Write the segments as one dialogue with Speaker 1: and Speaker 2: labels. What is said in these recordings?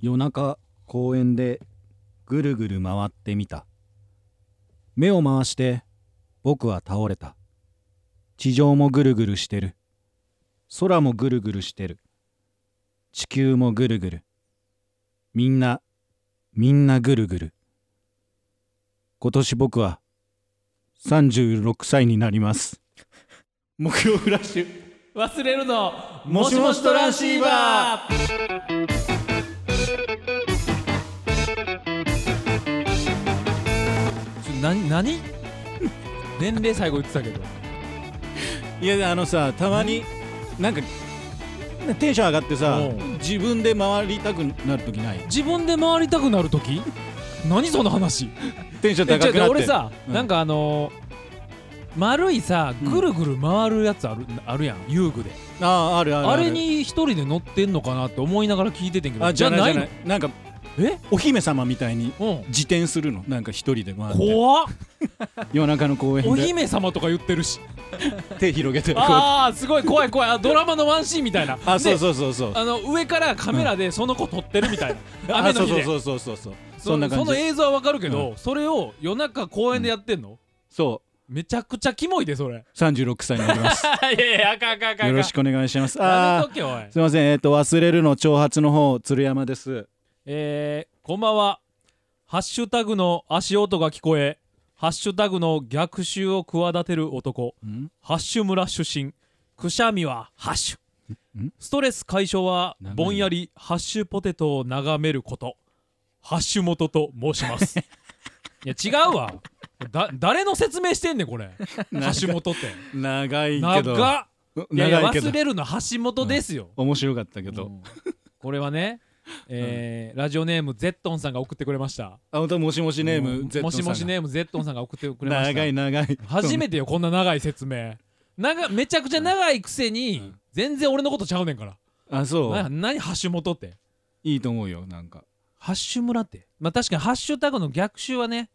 Speaker 1: 夜中公園でぐるぐる回ってみた目を回して僕は倒れた地上もぐるぐるしてる空もぐるぐるしてる地球もぐるぐるみんなみんなぐるぐる今年僕は36歳になります 目標フラッシュ
Speaker 2: 忘れるの
Speaker 1: もしもしトランシーバ
Speaker 2: ー何何年齢最後言ってたけど
Speaker 1: いやあのさたまになんかテンション上がってさ
Speaker 2: うん
Speaker 1: 自分で回りたくなる時ない
Speaker 2: 自分で回りたくなるとき何その話
Speaker 1: テンション高
Speaker 2: え
Speaker 1: くなって
Speaker 2: 違う俺さ、
Speaker 1: うん
Speaker 2: なんかあのー丸いさ
Speaker 1: うん
Speaker 2: ぐるぐる回るやつある,、あるやん遊具で
Speaker 1: あああるあ
Speaker 2: あ
Speaker 1: るる
Speaker 2: れに一人で乗ってんのかなって思いながら聞いててんけど
Speaker 1: あじゃないじゃ
Speaker 2: の
Speaker 1: ないなんか
Speaker 2: え
Speaker 1: お姫様みたいに
Speaker 2: うん
Speaker 1: 自転するのなんか一人で回って
Speaker 2: 怖っ
Speaker 1: 夜中の公園
Speaker 2: お
Speaker 1: で
Speaker 2: 姫様とか言ってるし
Speaker 1: 手広げてこうあ
Speaker 2: ああすごい怖い怖いあドラマのワンシーンみたいな
Speaker 1: そう
Speaker 2: う
Speaker 1: そうそうそう
Speaker 2: あの上からカメラでその子撮ってるみたいな雨
Speaker 1: あそ
Speaker 2: の
Speaker 1: う
Speaker 2: 日
Speaker 1: そう
Speaker 2: で
Speaker 1: そうそうそうそう
Speaker 2: そ
Speaker 1: そんな感
Speaker 2: その
Speaker 1: じ
Speaker 2: 映像はわかるけど、それを夜中公園でやってんの、
Speaker 1: そ
Speaker 2: めちゃくちゃキモいでそれ
Speaker 1: う36歳になり ます
Speaker 2: いやいやあかんあかんあかん
Speaker 1: よろしくお願いします
Speaker 2: やめ
Speaker 1: あ
Speaker 2: とけおい
Speaker 1: ーすいませんえっと忘れるの挑発の方鶴山です
Speaker 2: えー、こんばんは。ハッシュタグの足音が聞こえ、ハッシュタグの逆襲を企てる男、
Speaker 1: ん
Speaker 2: ハッシュ村出身、くしゃみはハッシュ
Speaker 1: ん。
Speaker 2: ストレス解消は
Speaker 1: 長いな
Speaker 2: ぼんやりハッシュポテトを眺めること、ハッシュ元と申し ます。いや違うわ。だ誰の説明してんねんこれ。橋本って。
Speaker 1: 長いけど
Speaker 2: 長っ。いやいや
Speaker 1: 長いけど
Speaker 2: 忘れるの橋本ですよ。
Speaker 1: 面白かったけど、
Speaker 2: うんこれはね、えーラジオネームゼットンさんが送ってくれました。
Speaker 1: あ本当もしもしネーム、
Speaker 2: うん
Speaker 1: Z さんが
Speaker 2: もしもしネームゼットンさんが送ってくれました
Speaker 1: 長い長い
Speaker 2: 初めてよこんな長い説明長めちゃくちゃ長いくせに、
Speaker 1: うん
Speaker 2: 全然俺のことちゃうねんから
Speaker 1: あそう
Speaker 2: な何ハッシュ元って
Speaker 1: いいと思うよなんか
Speaker 2: ハッシュ村ってまあ確かにハッシュタグの逆襲はね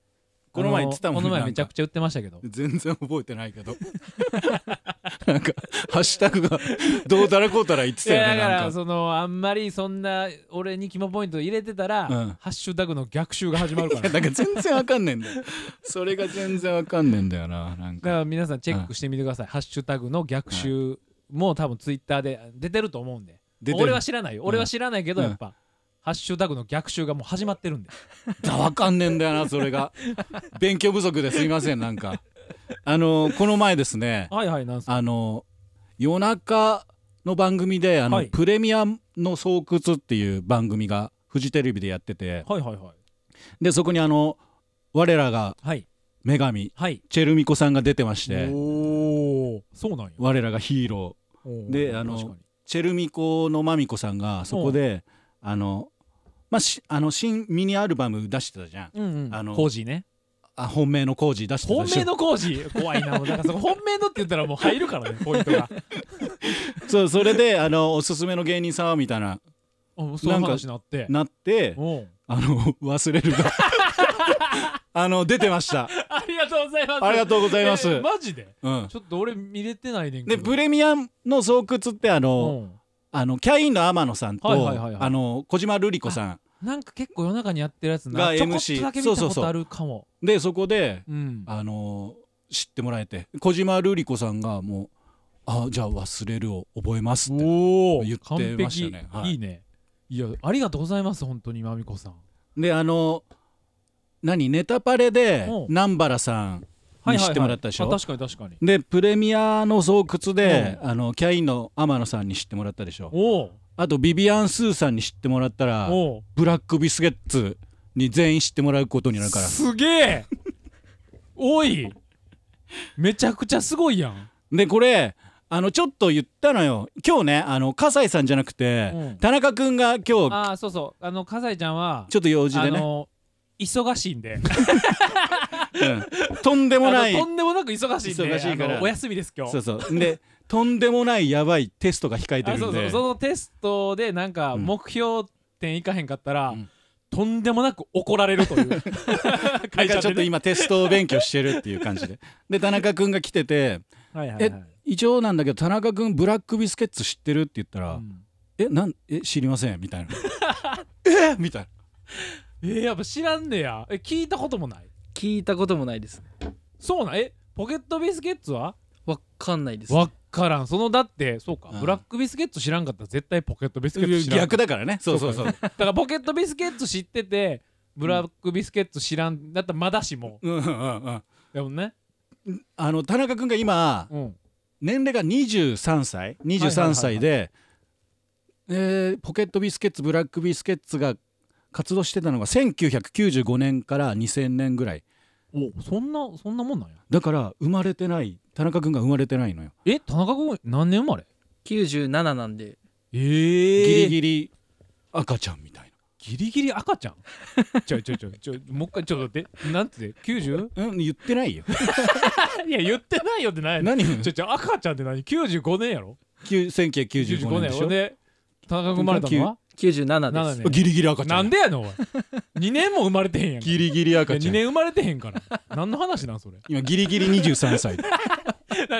Speaker 1: この前言ってたもんね
Speaker 2: この前
Speaker 1: なん
Speaker 2: め
Speaker 1: か
Speaker 2: ちゃくちゃ言ってましたけど
Speaker 1: 全然覚えてないけど なんかハッシュタグがどうたらこうたら言って
Speaker 2: い
Speaker 1: たよ
Speaker 2: や
Speaker 1: ね
Speaker 2: だか
Speaker 1: な
Speaker 2: ら
Speaker 1: んか
Speaker 2: そのあんまりそんな俺にキモポイント入れてたら、
Speaker 1: うん
Speaker 2: ハッシュタグの逆襲が始まる から
Speaker 1: な
Speaker 2: だ
Speaker 1: んか全然わかんねえんだよそれが全然わかんねえんだよななん
Speaker 2: か
Speaker 1: から
Speaker 2: 皆さんチェックしてみてください、ハッシュタグの逆襲も多分ツイッターで出てると思うんで
Speaker 1: 出て
Speaker 2: 俺
Speaker 1: る
Speaker 2: は知らないよ俺は知らないけど、
Speaker 1: うん
Speaker 2: やっぱ、ハッシュタグの逆襲がもう始まってるんで
Speaker 1: わかんねえんだよなそれが勉強不足ですいませんなんかあのこの前ですね
Speaker 2: はいはいなんすか
Speaker 1: あの夜中の番組であの、
Speaker 2: はい
Speaker 1: プレミアムの巣窟っていう番組がフジテレビでやってて
Speaker 2: はいはいはい
Speaker 1: でそこにあの我らが
Speaker 2: はい
Speaker 1: 女神
Speaker 2: はい
Speaker 1: チェルミコさんが出てまして
Speaker 2: おおそうなんよ
Speaker 1: 我らがヒーロー
Speaker 2: おー
Speaker 1: であの
Speaker 2: 確かに
Speaker 1: チェルミコのマミコさんがそこであのまあしあの新ミニアルバム出してたじゃん
Speaker 2: うんうん
Speaker 1: あの
Speaker 2: コージーね
Speaker 1: あ本命の工事出してた
Speaker 2: 本
Speaker 1: でしょ
Speaker 2: 命のコージー 怖いなもうだからそこ本命のって言ったらもう入る からねポイントが
Speaker 1: そうそれであのおすすめの芸人さんはみたいな
Speaker 2: うんそういう話になって
Speaker 1: なって
Speaker 2: うん
Speaker 1: あの忘れるが あの出てました
Speaker 2: ありがとうございます
Speaker 1: ありが
Speaker 2: と
Speaker 1: と
Speaker 2: う
Speaker 1: うご
Speaker 2: ご
Speaker 1: ざいます、
Speaker 2: マジで
Speaker 1: うん、
Speaker 2: ちょっと俺見れてないねんけ
Speaker 1: で
Speaker 2: ど
Speaker 1: プレミアムの巣窟ってあ
Speaker 2: う
Speaker 1: の,、
Speaker 2: ん
Speaker 1: あのキャインの天野さんと、
Speaker 2: はいはいはいはい
Speaker 1: あの小島瑠璃子さ
Speaker 2: なんか結構夜中にやってるやつな
Speaker 1: が
Speaker 2: ちょこっ
Speaker 1: MC
Speaker 2: とだけ
Speaker 1: そ
Speaker 2: 見
Speaker 1: うそ
Speaker 2: た
Speaker 1: う
Speaker 2: こ
Speaker 1: そう
Speaker 2: とあるかも
Speaker 1: んでそこで
Speaker 2: うん
Speaker 1: あの知ってもらえて小島瑠璃子さんがもう「あじゃあ忘れるを覚えます」って
Speaker 2: おお
Speaker 1: 言ってましたねはい
Speaker 2: い、いねいやありがとうございます本当にまみこさん
Speaker 1: であの何ネタパレで
Speaker 2: うん
Speaker 1: 南原さんに知ってもらったでしょ、
Speaker 2: あ確かに確かに
Speaker 1: でプレミアの巣窟で、あのキャインの天野さんに知ってもらったでしょ
Speaker 2: お
Speaker 1: あとビビアン・スーさんに知ってもらったら
Speaker 2: おお
Speaker 1: ブラック・ビスケッツに全員知ってもらうことになる
Speaker 2: お
Speaker 1: から
Speaker 2: すげえおいめちゃくちゃすごいやん
Speaker 1: でこれあのちょっと言ったのよ今日ねあの笠井さんじゃなくて、
Speaker 2: うん
Speaker 1: 田中君が今日
Speaker 2: ああそうそうあの笠井ちゃんは
Speaker 1: ちょっと用事
Speaker 2: あ
Speaker 1: でね、
Speaker 2: の忙しいんで
Speaker 1: うんとんでもない
Speaker 2: あのとんでもなく忙しいんで
Speaker 1: 忙しいから
Speaker 2: あのお休みです今日
Speaker 1: そうそうでとんでもないやばいテストが控えて
Speaker 2: あ
Speaker 1: る
Speaker 2: そ
Speaker 1: ん
Speaker 2: うそ
Speaker 1: で
Speaker 2: うそのテストでなんか
Speaker 1: うん
Speaker 2: 目標点いかへんかったら、
Speaker 1: うん
Speaker 2: とんでもなく怒られるとい う
Speaker 1: なん
Speaker 2: 会
Speaker 1: か
Speaker 2: 社
Speaker 1: ちょっと
Speaker 2: でね、
Speaker 1: 今テストを勉強してるっていう感じでで田中君が来てて
Speaker 2: はいは
Speaker 1: え一応なんだけど田中君ブラックビスケッツ知ってるって言ったら「
Speaker 2: うん
Speaker 1: えなんえ知りません」みたいなえみたいな
Speaker 2: えー、やっぱ知らんねやえ聞いたこともない
Speaker 3: 聞いたこともないです
Speaker 2: そうなんえポケットビスケッツは
Speaker 3: わかんないです
Speaker 2: わっからんそのだってそうか、
Speaker 1: うん
Speaker 2: ブラックビスケッツ知らんかったら絶対ポケットビスケッツ知らん
Speaker 1: 逆だからねそうそうそう
Speaker 2: だからポケットビスケッツ知っててブラックビスケッツ知らんだったらまだしも
Speaker 1: うんうんうん
Speaker 2: でもね
Speaker 1: うんあの田中君が今
Speaker 2: うん
Speaker 1: 年齢が23歳23歳でえーポケットビスケッツブラックビスケッツが活動してたのが1995年から2000年ぐらい
Speaker 2: おそんなそんなもんなんや
Speaker 1: だから生まれてない田中君が生まれてないのよ、
Speaker 2: え田中君何年生まれ
Speaker 3: 97なんで
Speaker 2: え
Speaker 1: ギリ
Speaker 2: リ
Speaker 1: ギリ赤ちゃんみたい
Speaker 2: ギリギリ赤ちゃんちょいちょいちょいちょいもう一回ちょっと待ってなんて 90?
Speaker 1: なうん言ってない よ
Speaker 2: いや言ってないよってない
Speaker 1: 何
Speaker 2: ちょちょ赤ちゃんって何95年やろ
Speaker 1: 1995年でしょ
Speaker 2: で田中君生まれたのは
Speaker 3: 97で
Speaker 2: 7
Speaker 3: す
Speaker 2: 年
Speaker 1: ギリギリ赤ちゃん
Speaker 2: なんでやねんおい2年も生まれてへんやん
Speaker 1: ギリギリ赤ちゃ
Speaker 2: 2
Speaker 1: ん
Speaker 2: 年生まれてへんから 何の話なんそれ
Speaker 1: 今ギリギリ23歳
Speaker 2: だ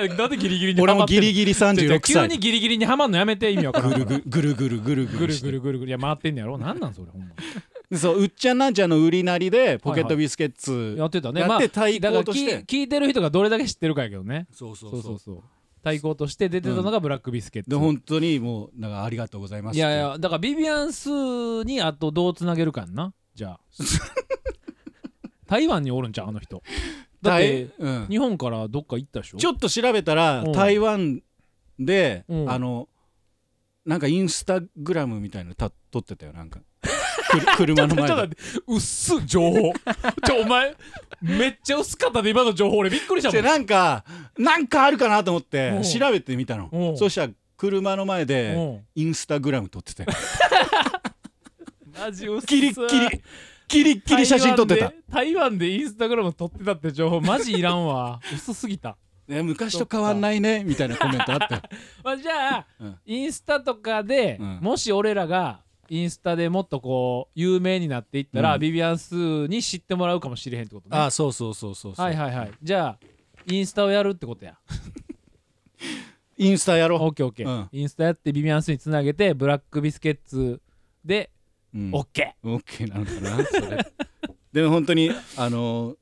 Speaker 2: だってギリギリに
Speaker 1: 俺も
Speaker 2: ハマって
Speaker 1: ギ
Speaker 2: る
Speaker 1: リギリ
Speaker 2: ちょ
Speaker 1: 36
Speaker 2: ちょ急に
Speaker 1: 歳
Speaker 2: ギリギリにハマんのやめて意味わからん
Speaker 1: ぐ
Speaker 2: から
Speaker 1: るぐるぐるぐるぐるぐ
Speaker 2: ぐ
Speaker 1: る
Speaker 2: る
Speaker 1: して
Speaker 2: ぐるぐるぐるいや回ってんねやろ何なんそれ ほんま
Speaker 1: そううっちゃんなんちゃんの売りなりでポケットビスケッツ、
Speaker 2: やってたね
Speaker 1: やっ
Speaker 2: まあ
Speaker 1: て対
Speaker 2: だから
Speaker 1: 抗として
Speaker 2: 聞聞いてる人がどれだけ知ってるかやけどね
Speaker 1: そうそ
Speaker 2: そうそうそう対抗として出てたのがブラックビスケッ
Speaker 1: で
Speaker 2: ト
Speaker 1: 本当にもうなんかありがとうございます
Speaker 2: いやいやだからビビアンスにあとどうつなげるかんなじ ゃあ台湾におるんちゃうあの人だっ
Speaker 1: 台
Speaker 2: て
Speaker 1: うん、
Speaker 2: 日本からどっか行ったでしょ
Speaker 1: ちょっと調べたら
Speaker 2: うん
Speaker 1: 台湾で、
Speaker 2: うん
Speaker 1: あのなんかインスタグラムみたいなのた撮ってたよ なんかくる車の
Speaker 2: ちょっ
Speaker 1: 前
Speaker 2: と待
Speaker 1: で
Speaker 2: ってうっす情報ちょお前めっちゃ薄かったで今の情報俺びっくりした
Speaker 1: じゃ
Speaker 2: もん
Speaker 1: なんかなんかあるかなと思って
Speaker 2: うん
Speaker 1: 調べてみた
Speaker 2: う
Speaker 1: の
Speaker 2: ん
Speaker 1: そしたら車の前で
Speaker 2: うん
Speaker 1: インスタグラム撮って たよ
Speaker 2: マジ薄
Speaker 1: キリッキリキリッキリ写真撮ってた
Speaker 2: 台湾で台湾でインスタグラム撮ってたって情報マジいらんわ薄すぎた、
Speaker 1: ね昔と変わんないねみたいなコメントあったよ
Speaker 2: まあ、じゃあ、
Speaker 1: うん
Speaker 2: インスタとかで、
Speaker 1: うん
Speaker 2: もし俺らがインスタでもっとこう有名になっていったら、
Speaker 1: うん
Speaker 2: ビビアンスに知ってもらうかもしれへんってことね
Speaker 1: ああそうそうそうそうそう
Speaker 2: はいはいはいじゃあインスタをやるってことや
Speaker 1: インスタやろ
Speaker 2: オッケーオッケー、
Speaker 1: うん
Speaker 2: インスタやってビビアンスにつなげてブラックビスケッツで
Speaker 1: う、うん
Speaker 2: オッケ
Speaker 1: オッケーなのかなそ れでも本当にあの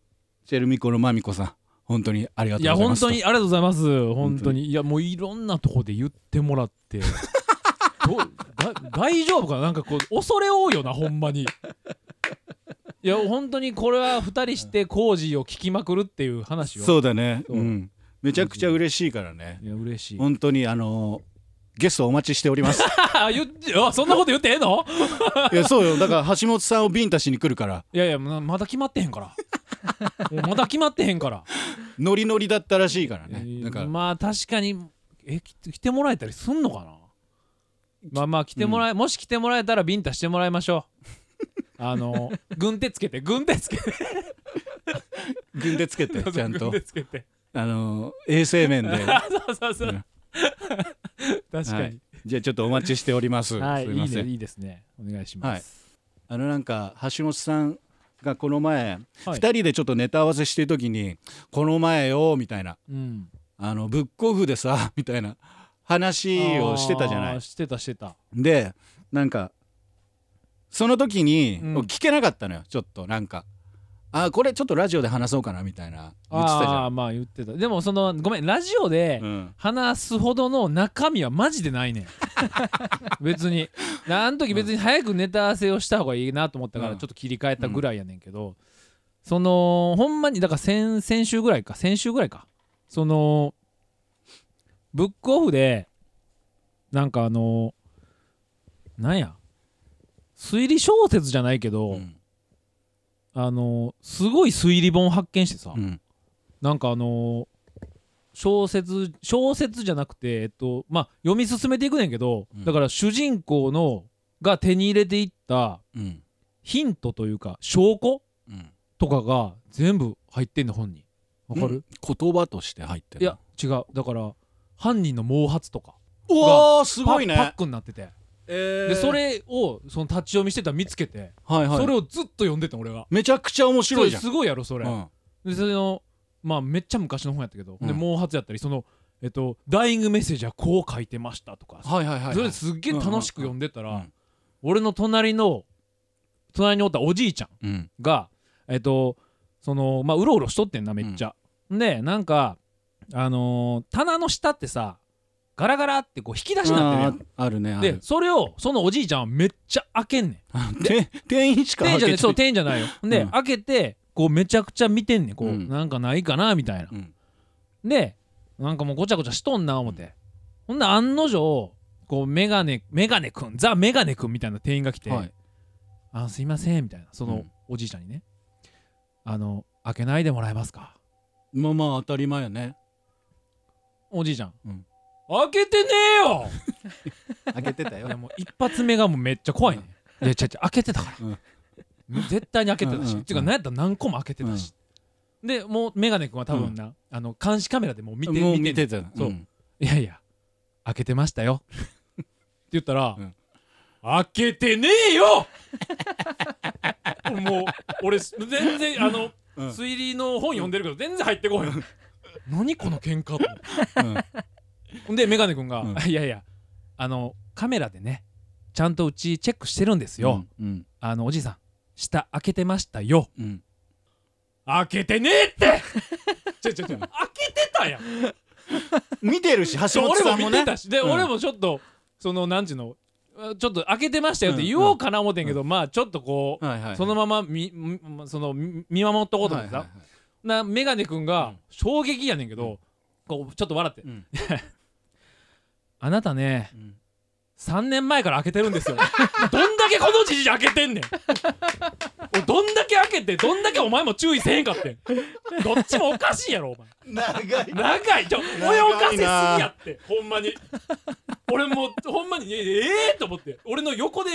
Speaker 1: チェルミコのマミコさん本当にありが
Speaker 2: ー
Speaker 1: と
Speaker 2: いうや
Speaker 1: ございま
Speaker 2: 本
Speaker 1: すと
Speaker 2: 当にありがとうございます本当に
Speaker 1: 本当
Speaker 2: いやもういろんなとこで言ってもらっ てどうだ大丈夫かななんかこう恐れ多いよなほんまにいや本当にこれは2人してコージーを聞きまくるっていう話を
Speaker 1: そうだね
Speaker 2: そう
Speaker 1: うんめちゃくちゃ嬉しいからね
Speaker 2: いや嬉しい
Speaker 1: 本当にあのゲストお待ちしております
Speaker 2: あ言ってあそんなこと言ってええの
Speaker 1: いやそうよだから橋本さんをビンタしに来るから
Speaker 2: いやいやままだ決まってへんからまだ決まってへんから
Speaker 1: ノリノリだったらしいから
Speaker 2: え
Speaker 1: ね
Speaker 2: ー
Speaker 1: なんか
Speaker 2: まあ確かにえき来てもらえたりすんのかなまあまあ来てもらえ、もし来てもらえたらビンタしてもらいましょ うあの軍手つけて軍手つけて
Speaker 1: 軍手つ けて ちゃん
Speaker 2: 軍
Speaker 1: と
Speaker 2: 手つけて
Speaker 1: あの衛生面では
Speaker 2: そうそうそう、
Speaker 1: うん
Speaker 2: 確か
Speaker 1: いじゃあちょっとお待ちしておりますす
Speaker 2: に、
Speaker 1: い
Speaker 2: はい、い
Speaker 1: ま
Speaker 2: い
Speaker 1: せ
Speaker 2: ね
Speaker 1: ん
Speaker 2: いいですねお願いします、
Speaker 1: あのなんか橋本さんがこの前
Speaker 2: はい
Speaker 1: 2人でちょっとネタ合わせしてる時に「この前よ」みたいな
Speaker 2: うん、
Speaker 1: 「あのブックオフでさ」 みたいな話をしてたじゃな
Speaker 2: あ
Speaker 1: い
Speaker 2: ー。してたしてた
Speaker 1: でなんかその時に
Speaker 2: うん
Speaker 1: 聞けなかったのよちょっとなんか「あーこれちょっとラジオで話そうかな」みたいな言ってたじ
Speaker 2: あ
Speaker 1: ゃ
Speaker 2: あ
Speaker 1: ん。
Speaker 2: ーまあ言ってたでもそのごめんラジオで、
Speaker 1: うん
Speaker 2: 話すほどの中身はマジでないねん 別にあの時別に早くネタ合わせをした方がいいなと思ったか
Speaker 1: う
Speaker 2: ら
Speaker 1: ん
Speaker 2: ちょっと切り替えたぐらいやねんけど、そのほんまにだから先先週ぐらいか先週ぐらいかそのブックオフでなんかあのなんや推理小説じゃないけど、
Speaker 1: うん
Speaker 2: あのすごい推理本発見してさ、
Speaker 1: うん
Speaker 2: なんかあのー小説小説じゃなくて、えっとまあ、読み進めていくねんけど、
Speaker 1: うん
Speaker 2: だから主人公のが手に入れていった
Speaker 1: うん
Speaker 2: ヒントというか証拠
Speaker 1: うん
Speaker 2: とかが全部入ってんの本にわかる
Speaker 1: 言葉として入って
Speaker 2: い
Speaker 1: る
Speaker 2: や違うだから犯人の毛髪とか
Speaker 1: おおす
Speaker 2: パ
Speaker 1: ごい
Speaker 2: パッ
Speaker 1: ね
Speaker 2: クになってて、
Speaker 1: えー
Speaker 2: でそれをその立ち読みしてたら見つけて、
Speaker 1: はいはい
Speaker 2: それをずっと読んでてん俺が
Speaker 1: めちゃくちゃ面白いじゃん
Speaker 2: すごいやろそれ、
Speaker 1: うん
Speaker 2: でそのまあめっちゃ昔の本やったけど、
Speaker 1: うん
Speaker 2: で毛髪やったりそのえっとダイイングメッセージはこう書いてましたとか、
Speaker 1: はいはいはいはい
Speaker 2: それすっげえ楽しく読んでたら、
Speaker 1: うん
Speaker 2: 俺の隣の隣におったおじいちゃん
Speaker 1: うん
Speaker 2: がえっとそのまあうろうろしとってんなめっちゃ、でなんかあのー棚の下ってさガラガラってこう引き出しになってるや
Speaker 1: あ
Speaker 2: ん
Speaker 1: あるねあ
Speaker 2: で
Speaker 1: る
Speaker 2: それをそのおじいちゃんはめっちゃ開けんねん
Speaker 1: で 店員しか
Speaker 2: 店
Speaker 1: 開
Speaker 2: 員じゃな
Speaker 1: け
Speaker 2: いそう
Speaker 1: て
Speaker 2: 店員じゃないよで、
Speaker 1: うん
Speaker 2: 開けてこうめちゃくちゃ見てんねんこう、
Speaker 1: うん
Speaker 2: なんかないかなみたいな
Speaker 1: うん
Speaker 2: でなんかもうごちゃごちゃしとんな思ってほんで案の定こうメガネメガネくんザ・メガネくんみたいな店員が来て「
Speaker 1: はい
Speaker 2: あのすいません」みたいなその
Speaker 1: うん
Speaker 2: おじいちゃんにね「あの開けないでもらえますか
Speaker 1: まあまあ当たり前やね」
Speaker 2: おじいちゃん、
Speaker 1: うん
Speaker 2: 開けてねえよ!
Speaker 1: 開けてた」よ
Speaker 2: いやもう一発目がもうめっちゃ怖いね、 いや違う違う開けてたから、絶対に開けてたし、
Speaker 1: うんうん
Speaker 2: っていうか何やったら何個も開けてたし、でもうメガネくんは多分な、あの監視カメラでもう見て
Speaker 1: もう
Speaker 2: 見て
Speaker 1: 見
Speaker 2: ん
Speaker 1: てたよ
Speaker 2: そうんいやいや、開けてましたよ。って言ったら、
Speaker 1: うん
Speaker 2: 開けてねえよ もう、俺、全然、あの、
Speaker 1: うん
Speaker 2: 推理の本読んでるけど、全然入ってこへん。何この喧嘩と思って
Speaker 1: うん
Speaker 2: ほんで、メガネ君が、
Speaker 1: うん
Speaker 2: いやいや、あの、カメラでね、ちゃんとうちチェックしてるんですよ。
Speaker 1: うん
Speaker 2: あの、おじいさん、下開けてましたよ。
Speaker 1: うん
Speaker 2: 開けてねえってちょちょちょ、開けてたやん
Speaker 1: 見てるし橋本
Speaker 2: 俺
Speaker 1: さ
Speaker 2: も
Speaker 1: んも
Speaker 2: 見
Speaker 1: ね
Speaker 2: てたしで、
Speaker 1: うん
Speaker 2: 俺もちょっとそのなんちゅうのあちょっと開けてましたよって言おうかな思ってんけど、まあちょっとこう、
Speaker 1: はいはいはい
Speaker 2: そのままみみそのみ見守っとこうと思ってさ、
Speaker 1: はいはいはい
Speaker 2: なメガネ君
Speaker 1: う
Speaker 2: が
Speaker 1: ん
Speaker 2: 衝撃やねんけど、
Speaker 1: うん
Speaker 2: こうちょっと笑って、
Speaker 1: うん
Speaker 2: あなたね
Speaker 1: うん
Speaker 2: 3年前から開けてるんですよ どんだけこのじじい開けてん ねんおどんだけ開けてどんだけお前も注意せへんかってんどっちもおかしいやろお前
Speaker 1: 長い
Speaker 2: 長いちょ俺おかしすぎやってほんまに俺もうほんまにえええーと思って俺の横で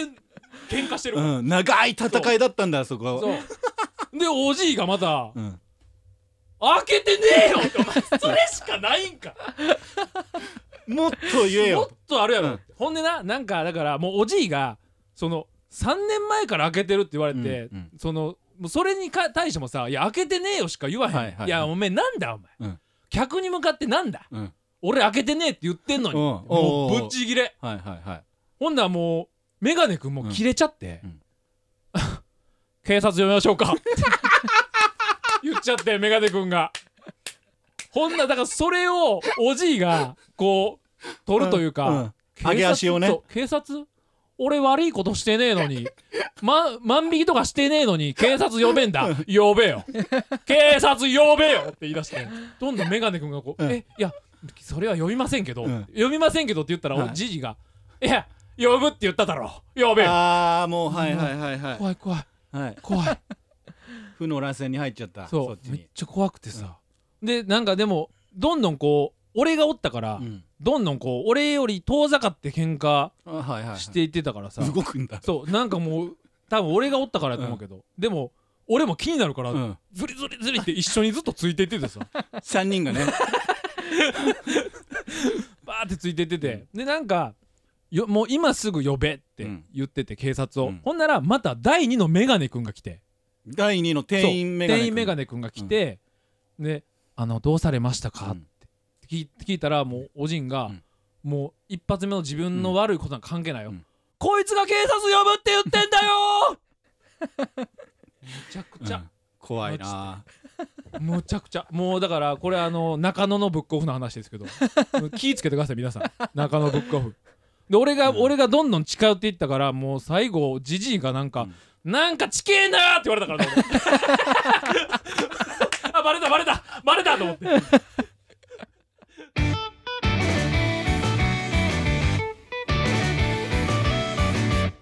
Speaker 2: 喧嘩してる、
Speaker 1: うん長い戦いだったんだあそこは
Speaker 2: そうでおじいがまた
Speaker 1: うん
Speaker 2: 「開けてねえよ!」ってお前それしかないんか
Speaker 1: もっと言え
Speaker 2: もっ
Speaker 1: よ
Speaker 2: とあるやろ、
Speaker 1: うん
Speaker 2: ほんでななんかだからもうおじいがその3年前から開けてるって言われて、
Speaker 1: うんう
Speaker 2: そのもうそれにか対してもさ「いや開けてねえよ」しか言わへん、
Speaker 1: はい
Speaker 2: い
Speaker 1: はいはい
Speaker 2: やお前なんだお前、
Speaker 1: うん
Speaker 2: 客に向かってなんだ
Speaker 1: うん
Speaker 2: 俺開けてねえって言ってんのに、
Speaker 1: うん
Speaker 2: も
Speaker 1: おうおう
Speaker 2: うぶっちぎれ
Speaker 1: はいはいはい
Speaker 2: ほんならもうメガネ君も切れちゃって、
Speaker 1: うんうん
Speaker 2: 警察呼びましょうか 言っちゃってメガネ君がほんならだからそれをおじいがこう取るというか、
Speaker 1: ん
Speaker 2: 警察
Speaker 1: 揚げ足をね
Speaker 2: そう警察俺悪いことしてねえの に、ま、万引きとかしてねえのに警察呼べんだ呼べよ警察呼べよって言い出してどんどんメガネ君がこう「
Speaker 1: うん
Speaker 2: えいやそれは呼びませんけど、
Speaker 1: うん
Speaker 2: 呼びませんけど」って言ったら、
Speaker 1: はい
Speaker 2: おじじが「いや呼ぶって言っただろ呼べよ
Speaker 1: ああもうはいはいはいは
Speaker 2: 怖い怖い
Speaker 1: いはい
Speaker 2: 怖い
Speaker 1: 負の螺旋に入っちゃった
Speaker 2: そう
Speaker 1: そっち
Speaker 2: めっ
Speaker 1: に
Speaker 2: ちゃ怖くてさ、でなんかでもどんどんこう俺がおったから、
Speaker 1: うん
Speaker 2: どんどんこう俺より遠ざかって喧嘩
Speaker 1: あはいはいはい
Speaker 2: していってたからさ、
Speaker 1: 動くんだ
Speaker 2: そうなんかもう多分俺がおったからやと思うけど、でも俺も気になるから、
Speaker 1: うん
Speaker 2: ズリズリズリって一緒にずっとついていって てさ
Speaker 1: 3人 がね
Speaker 2: バーってついていってて、でなんかよもう今すぐ呼べって言ってて、警察を、
Speaker 1: うん
Speaker 2: ほんならまた第2のメガネくんが来て
Speaker 1: 第2の
Speaker 2: そう
Speaker 1: 店員メガネ
Speaker 2: 店員メガ
Speaker 1: ネ
Speaker 2: ネくんが来て、であのどうされましたか、
Speaker 1: う
Speaker 2: っ
Speaker 1: ん
Speaker 2: て聞い聞いたらもうおじんが、
Speaker 1: うん
Speaker 2: もう一発目の自分の悪いことなんか関係ないよ、
Speaker 1: うん
Speaker 2: こいつが警察呼ぶって言ってんだよー めちゃくちゃ、
Speaker 1: うん怖いな
Speaker 2: むちゃくちゃもうだからこれあの中野のブックオフの話ですけど気ぃつけてください皆さん中野ブックオフで俺が、
Speaker 1: うん
Speaker 2: 俺がどんどん近寄っていったからもう最後じじいがなんか、なんかちけえなーって言われたから ね俺あバレたバレたバレたと思って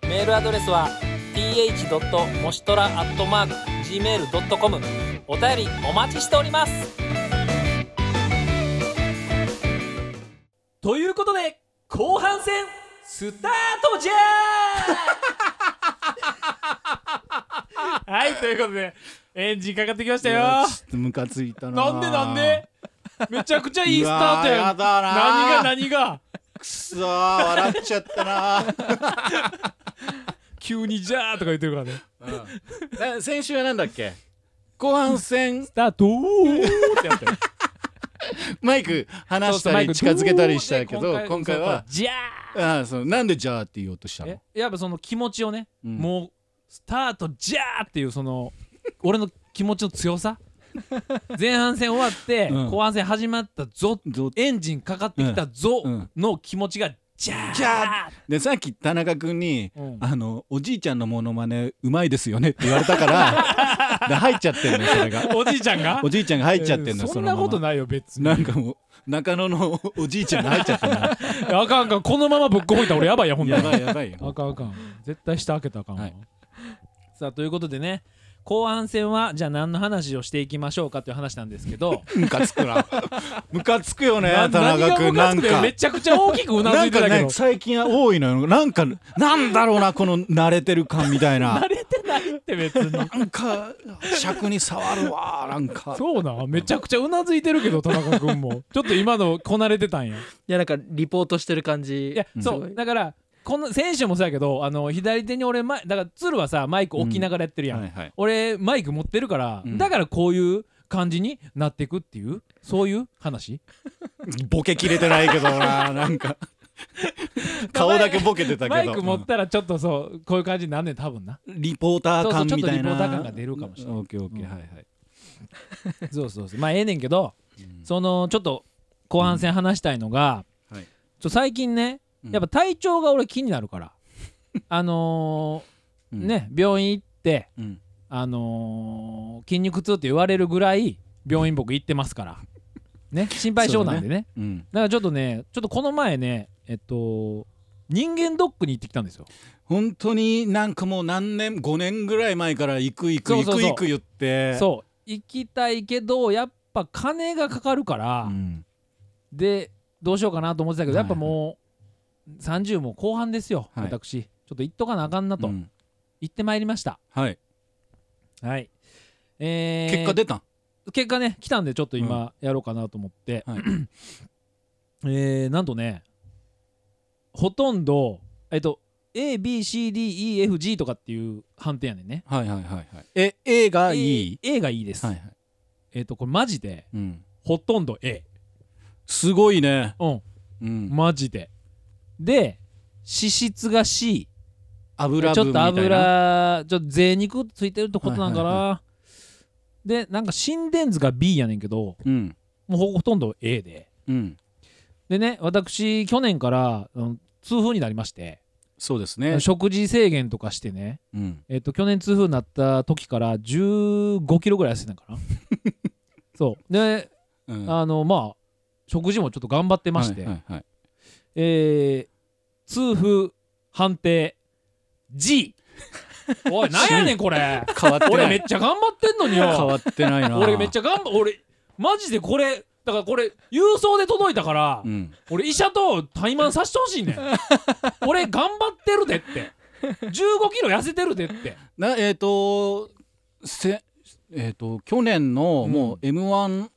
Speaker 4: メールアドレスは th. もしとら .gmail.com お便りお待ちしております
Speaker 2: ということで後半戦スタートじゃー はいということでエンジンかかってきました
Speaker 1: い
Speaker 2: よ
Speaker 1: やちょっとムカついたな
Speaker 2: なんでなんでめちゃくちゃいいスタート
Speaker 1: うわ
Speaker 2: や
Speaker 1: や
Speaker 2: ん
Speaker 1: だな
Speaker 2: 何が何が
Speaker 1: くそー笑っちゃったな
Speaker 2: 急にじゃーとか言ってるからね
Speaker 1: な先週はなんだっけ後半戦
Speaker 2: スタートーってやってる
Speaker 1: マイク離した
Speaker 2: マイ
Speaker 1: り
Speaker 2: ク
Speaker 1: 近づけたりしたけど
Speaker 2: で
Speaker 1: 今回は
Speaker 2: そうそうじゃ
Speaker 1: あーそうなんでじゃあって言おうとした
Speaker 2: ー
Speaker 1: の
Speaker 2: えやっぱその気持ちをね、
Speaker 1: うん
Speaker 2: もうスタートじゃーっていうその俺の気持ちの 強さ前半戦終わって、
Speaker 1: うん
Speaker 2: 後半戦始まったぞ
Speaker 1: ぞ
Speaker 2: エンジンかかってきたぞ
Speaker 1: うん
Speaker 2: の気持ちがじゃー
Speaker 1: じゃでさっき田中君に、
Speaker 2: うん
Speaker 1: あのおじいちゃんのモノマネうまいですよねって言われたから で入っちゃってんのよそれが
Speaker 2: おじいちゃんが
Speaker 1: おじいちゃんが入っちゃってんのよ、
Speaker 2: えーそ
Speaker 1: そ
Speaker 2: ん
Speaker 1: の
Speaker 2: な
Speaker 1: ま
Speaker 2: こと
Speaker 1: ま
Speaker 2: ないよ別に
Speaker 1: なんかもう中野のおじいちゃんが入っちゃってんのよ
Speaker 2: いやあかんあかんこのままぶっこいたら俺や ばいやほんな
Speaker 1: や
Speaker 2: ら
Speaker 1: ばいやばいよ
Speaker 2: あかんあかん絶対下開けたらあかんわ、
Speaker 1: はい
Speaker 2: さあということでね後半戦はじゃあ何の話をしていきましょうかという話なんですけ ど
Speaker 1: ムカつくなムカつくよね
Speaker 2: な
Speaker 1: 田中君なん
Speaker 2: 何がムカつくよ
Speaker 1: か
Speaker 2: めちゃくちゃ大きくうな
Speaker 1: な
Speaker 2: ず
Speaker 1: ん
Speaker 2: いて
Speaker 1: か
Speaker 2: たけ
Speaker 1: ね
Speaker 2: ど
Speaker 1: 最近は多いのよなんかなんだろうなこの慣れてる感みたいな
Speaker 2: 慣れてないって別に
Speaker 1: なんか尺に触るわなんか
Speaker 2: そうなめちゃくちゃうなずいてるけど田中君も ちょっと今のこなれてたんや
Speaker 3: やなんかリポートしてる感じ
Speaker 2: いや
Speaker 1: うん
Speaker 2: そうだからこの選手もそうやけどあの左手に俺前だから鶴はさマイク置きながらやってるやん、
Speaker 1: はいはい
Speaker 2: 俺マイク持ってるから、
Speaker 1: うん
Speaker 2: だからこういう感じになっていくっていうそういう話
Speaker 1: ボケ切れてないけどななんか顔だけボケてたけど
Speaker 2: マイク持ったらちょっとそうこういう感じになんねん多分な
Speaker 1: リポーター感みたいな
Speaker 2: そうそうちょっとリポーター感が出るかもしれない
Speaker 1: オッケーオッケー
Speaker 2: うん
Speaker 1: はいはい
Speaker 2: そうそうそうまあええねんけど、
Speaker 1: うん
Speaker 2: そのちょっと後半戦話したいのが、
Speaker 1: うんはい
Speaker 2: ちょっと最近ね
Speaker 1: うん
Speaker 2: やっぱ体調が俺気にな るから、あのー
Speaker 1: うん
Speaker 2: ね病院行って
Speaker 1: うん
Speaker 2: あのー筋肉痛って言われるぐらい病院僕行ってますから ね心配性なんでね
Speaker 1: うん
Speaker 2: だからちょっとねちょっとこの前ねえっと人間ドックに行ってきたんですよ
Speaker 1: 本当になんかもう何年5年ぐらい前から行く行く
Speaker 2: そ
Speaker 1: 行
Speaker 2: うそう
Speaker 1: く
Speaker 2: そう
Speaker 1: 行く言ってう
Speaker 2: そう行きたいけどやっぱ金がかかるから、
Speaker 1: ん
Speaker 2: でどうしようかなと思ってたけど
Speaker 1: は
Speaker 2: や
Speaker 1: い
Speaker 2: っぱもう30も後半ですよ、
Speaker 1: はい
Speaker 2: 私ちょっと行っとかなあかんなと、
Speaker 1: うん
Speaker 2: 行ってまいりました
Speaker 1: はい
Speaker 2: はいえー
Speaker 1: 結果出たん
Speaker 2: 結果ね来たんでちょっと今やろうかなと思って、
Speaker 1: はい
Speaker 2: えー、なんとねほとんどえっと ABCDEFG とかっていう判定やねんね
Speaker 1: はいはいはいはいえ A がいい
Speaker 2: A, A がいいです、
Speaker 1: はいはい
Speaker 2: えっとこれマジで
Speaker 1: うん
Speaker 2: ほとんど A
Speaker 1: すごいね
Speaker 2: うん
Speaker 1: うん
Speaker 2: マジでで脂質が C
Speaker 1: 油
Speaker 2: ち
Speaker 1: 分
Speaker 2: ょっ
Speaker 1: み
Speaker 2: と
Speaker 1: たいな
Speaker 2: 油ちょっと贅肉ついてるってことなんかな、
Speaker 1: はいは
Speaker 2: でなんか心電図が B やねんけど
Speaker 1: うん
Speaker 2: もうほほとんど A で
Speaker 1: うん
Speaker 2: でね私去年から、うん、痛風になりまして
Speaker 1: そうですね
Speaker 2: 食事制限とかしてね
Speaker 1: うん
Speaker 2: えっ、と去年痛風になった時から1 5キロぐらい痩せてたんか なそうで、
Speaker 1: うん
Speaker 2: あのまあ食事もちょっと頑張ってまして、
Speaker 1: はいはい はい
Speaker 2: えー、痛風判定 G おいなんやねんこれ
Speaker 1: 変わって
Speaker 2: 俺
Speaker 1: な
Speaker 2: め
Speaker 1: い
Speaker 2: っちゃ頑張ってんのに
Speaker 1: 変
Speaker 2: よ
Speaker 1: わってないな
Speaker 2: 俺めっちゃ頑張俺マジでこれだからこれ郵送で届いたから、
Speaker 1: うん
Speaker 2: 俺医者と怠慢させてほしいねん 俺頑張ってるでって1 5キロ痩せてるでって
Speaker 1: なえっ、とせえっ、と去年の
Speaker 2: うん
Speaker 1: もう m 1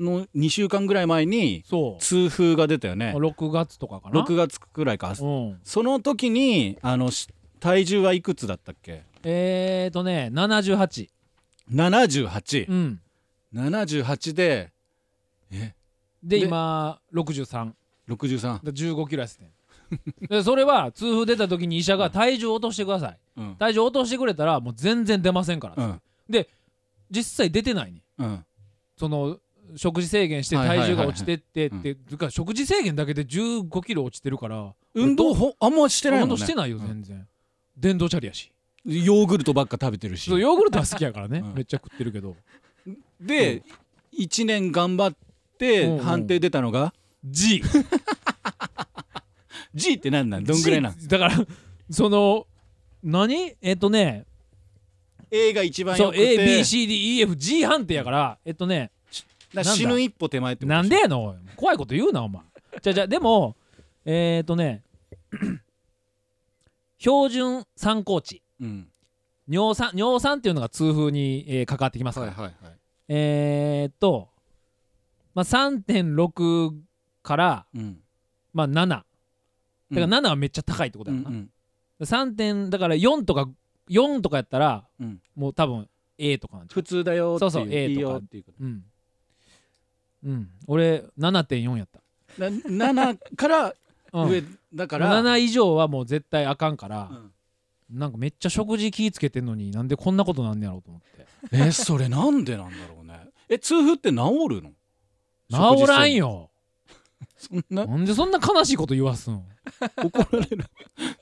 Speaker 1: の2週間ぐらい前に
Speaker 2: そう
Speaker 1: 痛風が出たよね
Speaker 2: 6月とかかな
Speaker 1: 6月くらいか
Speaker 2: うん
Speaker 1: その時にあのし体重はいくつだったっけ
Speaker 2: えーとね78
Speaker 1: 7878
Speaker 2: うん
Speaker 1: でえ
Speaker 2: で
Speaker 1: で
Speaker 2: 今63
Speaker 1: 63、
Speaker 2: 1 5キロ痩せてんでそれは痛風出た時に医者が体重落としてください
Speaker 1: うん
Speaker 2: 体重落としてくれたらもう全然出ませんから、
Speaker 1: うん
Speaker 2: 実際出てないねん
Speaker 1: うん、
Speaker 2: その食事制限して
Speaker 1: はいはいはい
Speaker 2: 体
Speaker 1: はい
Speaker 2: 重が落ちてってって、てか食事制限だけで1 5キロ落ちてるから
Speaker 1: 運動
Speaker 2: し
Speaker 1: ほあんましててないもんね
Speaker 2: してないよ全然、電動チャリやし
Speaker 1: ヨーグルトばっか食べてるし
Speaker 2: そうヨーグルトは好きやからね、
Speaker 1: うん
Speaker 2: めっちゃ食ってるけど
Speaker 1: で、一1年頑張って
Speaker 2: うんうん
Speaker 1: 判定出たのが、
Speaker 2: G
Speaker 1: G って何なんどんぐらいなん
Speaker 2: G だからその何えっとね
Speaker 1: A が一番
Speaker 2: そ
Speaker 1: よ
Speaker 2: う
Speaker 1: くて
Speaker 2: ABCDEFG 判定やからえっとね
Speaker 1: だから死ぬ一歩手前ってこと
Speaker 2: なんでやのおい怖いこと言うなお前じゃあじゃあでもえっ、ー、とね 標準参考値
Speaker 1: うん
Speaker 2: 尿酸尿酸っていうのが痛風に、えーかかってきますから、
Speaker 1: はいはいはい
Speaker 2: えー、っと、まあ、3.6から、
Speaker 1: うん
Speaker 2: まあ、7だか
Speaker 1: う
Speaker 2: ら
Speaker 1: ん
Speaker 2: 7はめっちゃ高いってことやろな、
Speaker 1: うん
Speaker 2: 3点だから4とか4とかやったら、
Speaker 1: うん
Speaker 2: もう多分 A とかなんちゃ
Speaker 1: 普通だよっていう
Speaker 2: そうそう A
Speaker 1: いいよ
Speaker 2: とか
Speaker 1: っていうこ
Speaker 2: ううん、うん、俺7.4やった、
Speaker 1: とな7から
Speaker 2: うん
Speaker 1: 上だから
Speaker 2: 7以上はもう絶対あかんから、
Speaker 1: うん
Speaker 2: なんかめっちゃ食事気ぃつけてんのになんでこんなことなんねやろうと思って
Speaker 1: えそれなんでなんだろうねえ痛風って治るの
Speaker 2: 治らんよ
Speaker 1: 食事するのそん
Speaker 2: なんでそんな悲しいこと言わすん
Speaker 1: な怒られる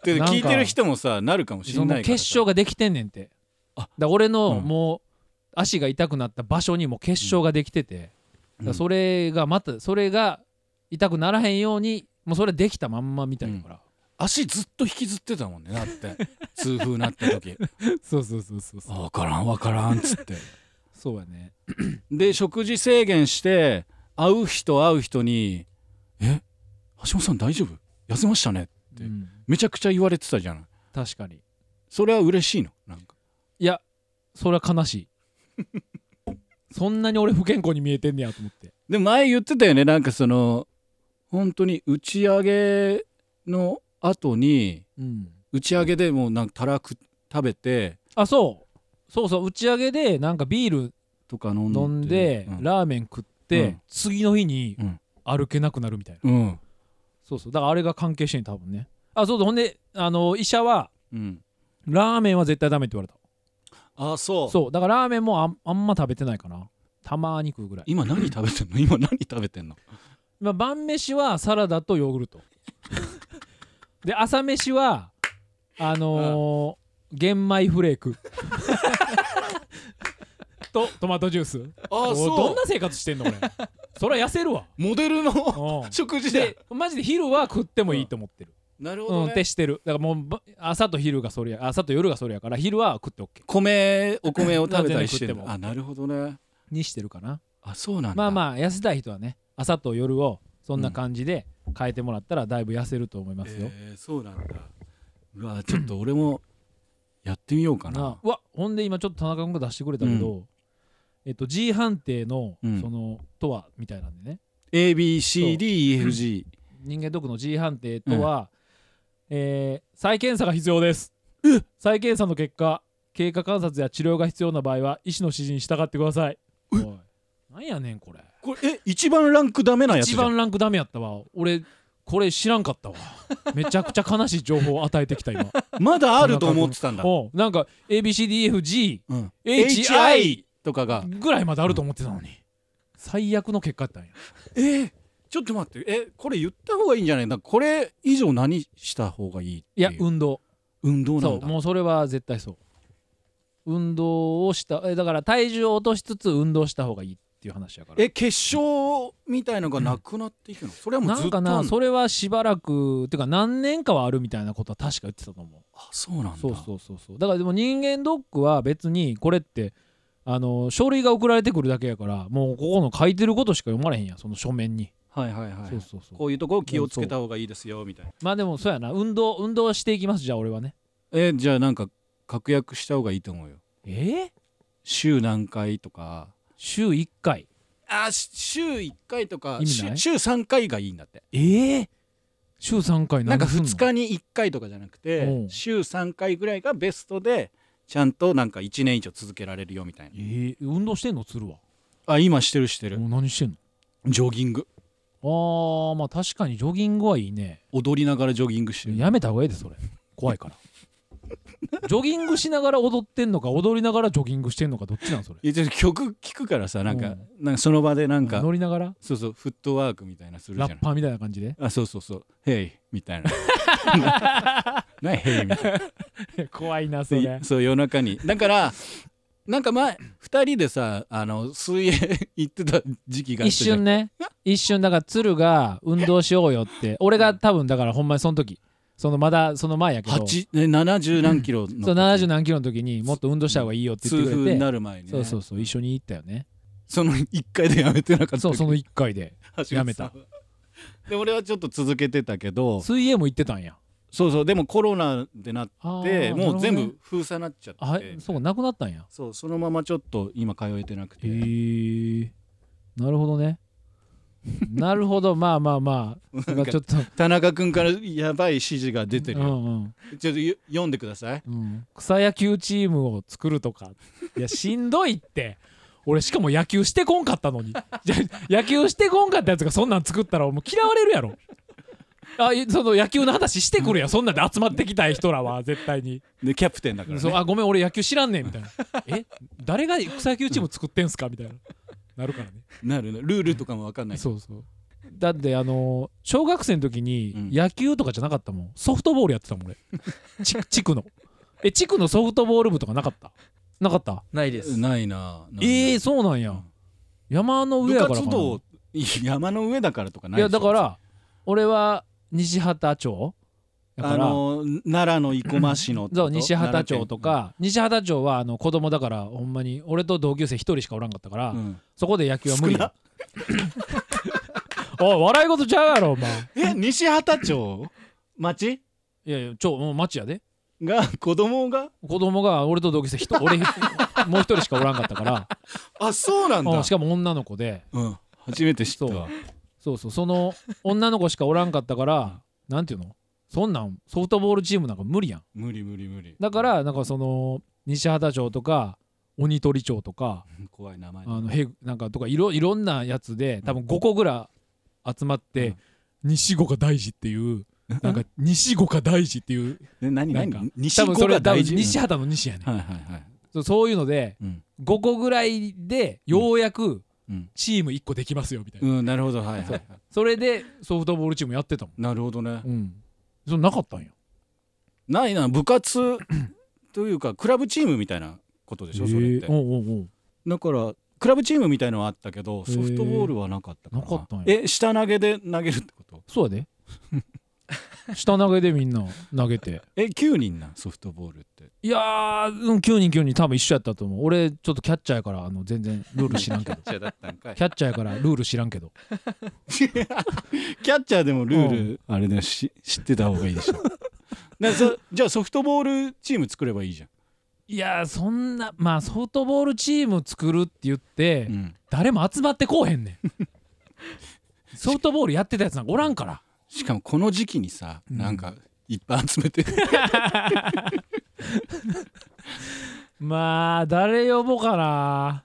Speaker 1: で
Speaker 2: なんか
Speaker 1: 聞いてる人もさなるかもし
Speaker 2: そ
Speaker 1: んな
Speaker 2: の
Speaker 1: いから
Speaker 2: 結晶ができてんねんて
Speaker 1: あ
Speaker 2: だから俺の
Speaker 1: うん
Speaker 2: もう足が痛くなった場所にもう結晶ができてて、だからそれがまたそれが痛くならへんようにもうそれできたまんまみたいだから、
Speaker 1: 足ずっと引きずってたもんねなって 痛風なった時
Speaker 2: そうそうそうそうそう
Speaker 1: 分からん分からんっつって
Speaker 2: そうやね
Speaker 1: で食事制限して会う人会う人に「え橋本さん大丈夫痩せましたね」で
Speaker 2: うん
Speaker 1: めちゃくちゃ言われてたじゃない
Speaker 2: 確かに
Speaker 1: それは嬉しいのなんか
Speaker 2: いやそれは悲しいそんなに俺不健康に見えてんねやと思って
Speaker 1: でも前言ってたよねなんかその本当に打ち上げの後に
Speaker 2: うん
Speaker 1: 打ち上げでもうなんかたらく食べて
Speaker 2: あそうそうそう打ち上げでなんかビール
Speaker 1: とか飲んで
Speaker 2: 飲んで、
Speaker 1: うん
Speaker 2: ラーメン食っ
Speaker 1: う
Speaker 2: て、
Speaker 1: ん
Speaker 2: 次の日に
Speaker 1: うん
Speaker 2: 歩けなくなるみたいな、
Speaker 1: うん
Speaker 2: そうそうだからあれが関係してんねん多分ねあそうそうほんであの医者は
Speaker 1: うん
Speaker 2: ラーメンは絶対ダメって言われた
Speaker 1: あそう
Speaker 2: そうだからラーメンもあんあんま食べてないかなたまに食うぐらい
Speaker 1: 今何食べてんの今何食べてんの
Speaker 2: まあ晩飯はサラダとヨーグルトで朝飯はあのー玄米フレークとトマトジュース
Speaker 1: あ
Speaker 2: おどんな生活してんの俺そりゃ痩せるわ
Speaker 1: モデルの
Speaker 2: うん
Speaker 1: 食事
Speaker 2: でマジで昼は食ってもいいと思ってる、
Speaker 1: なる
Speaker 2: うん、ってしてるだからもうば朝と昼がそれや朝と夜がそれやから昼は食って OK
Speaker 1: 米お米を食べたりして る
Speaker 2: 全然食っても
Speaker 1: あなるほどね
Speaker 2: にしてるかな
Speaker 1: あそうなんだ
Speaker 2: まあまあ痩せたい人はね朝と夜をそんな感じで変えてもらったらだいぶ痩せると思いますよ、
Speaker 1: えーそうなんだうわちょっと俺もやってみようか
Speaker 2: な
Speaker 1: な
Speaker 2: うわほんで今ちょっと田中君が出してくれたけど、えっと G 判定の
Speaker 1: うん
Speaker 2: そのとはみたいなんでね
Speaker 1: ABCDEFG
Speaker 2: 人間ドックの G 判定とは、えー再検査が必要です再検査の結果経過観察や治療が必要な場合は医師の指示に従ってくださいおいなんやねんこれ
Speaker 1: これえ一番ランクダメなやつ
Speaker 2: 一
Speaker 1: じゃん
Speaker 2: 番ランクダメやったわ俺これ知らんかったわめちゃくちゃ悲しい情報を与えてきた 今
Speaker 1: まだあると思ってたんだ
Speaker 2: おうなんか ABCDFGHI
Speaker 1: うん HI とかが
Speaker 2: ぐらいまであると思ってたのに、最悪の結果やったんや
Speaker 1: えーちょっと待ってえこれ言った方がいいんじゃないなんかこれ以上何した方がいいって
Speaker 2: い
Speaker 1: い
Speaker 2: や
Speaker 1: う
Speaker 2: 運動
Speaker 1: 運動な
Speaker 2: そ
Speaker 1: ん
Speaker 2: う
Speaker 1: だ
Speaker 2: もうそれは絶対そう運動をしたえだから体重を落としつつ運動した方がいいっていう話やから
Speaker 1: え結晶みたいのがなくなっていくのそれはもう
Speaker 2: な
Speaker 1: ずっ
Speaker 2: ん
Speaker 1: とあ
Speaker 2: か
Speaker 1: んの
Speaker 2: なそれはしばらくていうか何年かはあるみたいなことは確か言ってたと思う
Speaker 1: あそうなんだ
Speaker 2: そうそうそうそうだからでも人間ドックは別にこれってあの書類が送られてくるだけやからもうここの書いてることしか読まれへんやんその書面に、
Speaker 1: はいはいはい
Speaker 2: そうそうそう
Speaker 1: こういうとこ気をつけた方がいいですよみたいな
Speaker 2: まあでもそうやな運動運動していきますじゃあ俺はね
Speaker 1: えじゃあなんか確約した方がいいと思うよ
Speaker 2: えー、
Speaker 1: 週何回とか
Speaker 2: 週1回
Speaker 1: あし週1回とか
Speaker 2: 意味な
Speaker 1: し
Speaker 2: い
Speaker 1: 週3回がいいんだって
Speaker 2: えー、週3回
Speaker 1: なん
Speaker 2: 何
Speaker 1: か
Speaker 2: すの
Speaker 1: 2日に1回とかじゃなく
Speaker 2: う
Speaker 1: て
Speaker 2: ん日
Speaker 1: 週3回ぐらいがベストでちゃんとなんか1年以上続けられるよみたいな
Speaker 2: えー、運動してんの鶴は
Speaker 1: あ今してるしてる
Speaker 2: もう何してん
Speaker 1: ジョギング
Speaker 2: のあーまあ確かにジョギングはいいね
Speaker 1: 踊りながらジョギングしてる
Speaker 2: やめた方がいいでそれ怖いから ジョギングしながら踊ってんのか踊りながらジョギングしてんのかどっちなんそれ
Speaker 1: いやちょっと曲聴くからさなんか,、
Speaker 2: うん
Speaker 1: なんかその場でなんか
Speaker 2: 乗りながら
Speaker 1: そうそうフットワークみたいなするじゃ
Speaker 2: ラ
Speaker 1: ない
Speaker 2: ッパーみたいな感 じで
Speaker 1: あそうそうそう「ヘイ」みたい な「ないヘイ」みたいな
Speaker 2: 怖いなそ
Speaker 1: そう
Speaker 2: れ
Speaker 1: 夜中にだからなんか前2人でさあの水泳行ってた時期があっ
Speaker 2: 一
Speaker 1: たじゃん
Speaker 2: 瞬ね一瞬だから鶴が運動しようよって俺が多分だからほんまにその時そのまだその前やけどそう
Speaker 1: 八ね70何キロの
Speaker 2: 70何キロの時にもっと運動した方がいいよって言っ
Speaker 1: 痛
Speaker 2: てく
Speaker 1: 風
Speaker 2: れ
Speaker 1: に
Speaker 2: て
Speaker 1: なる前に、ね、
Speaker 2: そうそうそう一緒に行ったよね
Speaker 1: その1回でやめてなかった
Speaker 2: そうその1回でやめた
Speaker 1: 橋本さんで俺はちょっと続けてたけど
Speaker 2: 水泳も行ってたんや
Speaker 1: そうそうでもコロナでなっ
Speaker 2: あ
Speaker 1: て
Speaker 2: ー
Speaker 1: もう全
Speaker 2: なる
Speaker 1: 部封鎖なっちゃって
Speaker 2: ほどねあそうかなくなったんや
Speaker 1: そうそのままちょっと今通えてなくて、
Speaker 2: へえなるほど ねなるほどまあまあまあ
Speaker 1: な
Speaker 2: なん
Speaker 1: か
Speaker 2: んかちょっと
Speaker 1: 田中君からやばい指示が出てる
Speaker 2: う
Speaker 1: よ、
Speaker 2: んうん
Speaker 1: ちょっとよ読んでください
Speaker 2: うん、草野球チームを作るとかいやしんどいって俺しかも野球してこんかったのにじゃ野球してこんかったやつがそんなん作ったらもう嫌われるやろあいその野球の話してくるやんそんなんで集まってきたい人らは絶対に
Speaker 1: でキャプテンだから、
Speaker 2: そう
Speaker 1: ね、
Speaker 2: あごめん俺野球知らんねんみたいな え誰が草野球チーム作ってんすかみたいななるからね
Speaker 1: なるなルールとかも分かんない
Speaker 2: そうそうだってあの小学生の時
Speaker 1: うん
Speaker 2: に野球とかじゃなかったもんソフトボールやってたもん俺ち 地区のえ地区のソフトボール部とかなかったなかった
Speaker 3: ないです。
Speaker 1: ないなないな
Speaker 2: えー、そうなんや、
Speaker 1: うん
Speaker 2: 山の上
Speaker 1: 部
Speaker 2: やからか
Speaker 1: 活
Speaker 2: な
Speaker 1: 動いや山の上だからとかないい
Speaker 2: や
Speaker 1: でしょ
Speaker 2: だから俺は西畑町だ
Speaker 1: あ
Speaker 2: から
Speaker 1: の奈良の生駒市のってこ
Speaker 2: そ
Speaker 1: と
Speaker 2: う西畑町と、
Speaker 1: 奈
Speaker 2: か西畑町はあの子供だからほんまに俺と同級生一人しかおらんかったから、
Speaker 1: 良県うん
Speaker 2: そこで野球は無理
Speaker 1: 少な
Speaker 2: おい笑い事ちゃうやろお前
Speaker 1: え西畑町町
Speaker 2: いやいや町もう町やで
Speaker 1: が子供が
Speaker 2: 子供が俺と同級生 一人俺もう一人しかおらんかったから
Speaker 1: あそうなん
Speaker 2: う
Speaker 1: だ
Speaker 2: んしかも女の子で
Speaker 1: うん初めて知ったわ
Speaker 2: そうそうその女の子しかおらんかったからなんていうのそんなんソフトボールチームなんか無理やん
Speaker 1: 無理無理無理
Speaker 2: だからなんかその西畑町とか鬼取町とか
Speaker 1: うん怖い名前
Speaker 2: あのへなんかとかいろいろんなやつで多分5個ぐらい集まって、西五が大事っていう なんか西五が大事っていう
Speaker 1: え何
Speaker 2: なん
Speaker 1: 何
Speaker 2: か
Speaker 1: 西
Speaker 2: 多分そ
Speaker 1: 湖が
Speaker 2: れは多分
Speaker 1: 大事
Speaker 2: 西畑の西やねん、
Speaker 1: はいはいはい
Speaker 2: そうそういうので
Speaker 1: うん
Speaker 2: 5個ぐらいでようやく
Speaker 1: うん
Speaker 2: チーム1個できますよみたいな、
Speaker 1: うんなるほどはいはいはい
Speaker 2: それでソフトボールチームやってたもん
Speaker 1: なるほどね
Speaker 2: うんそんなかったんや
Speaker 1: ないな部活というかクラブチームみたいなことでしょそれっ
Speaker 2: えーお
Speaker 1: て
Speaker 2: うおうおう
Speaker 1: だからクラブチームみたいのはあったけどソフトボールはなかったから
Speaker 2: へーなかったんや
Speaker 1: え下投げで投げるってこと
Speaker 2: そう やで下投げでみんな投げて
Speaker 1: え9人なんソフトボールって
Speaker 2: いやー、うん、9人9人多分一緒やったと思う俺ちょっとキャッチャーやからあの全然ルール知らんけ ど
Speaker 1: キャッチャーだったんかい
Speaker 2: キャッチャーやからルール知らんけど
Speaker 1: キャッチャーでもルールあれだし知ってた方がいいで しょなそじゃあソフトボールチーム作ればいいじ
Speaker 2: いやーそんなまあソフトボールチーム作るって言って、
Speaker 1: ゃん、うん、
Speaker 2: 誰も集まってこうへんね んソフトボールやってたやつなんかおらんから
Speaker 1: しかもこの時期にさ、
Speaker 2: うん
Speaker 1: なんかいっぱい集めて
Speaker 2: まあ誰呼ぼうかな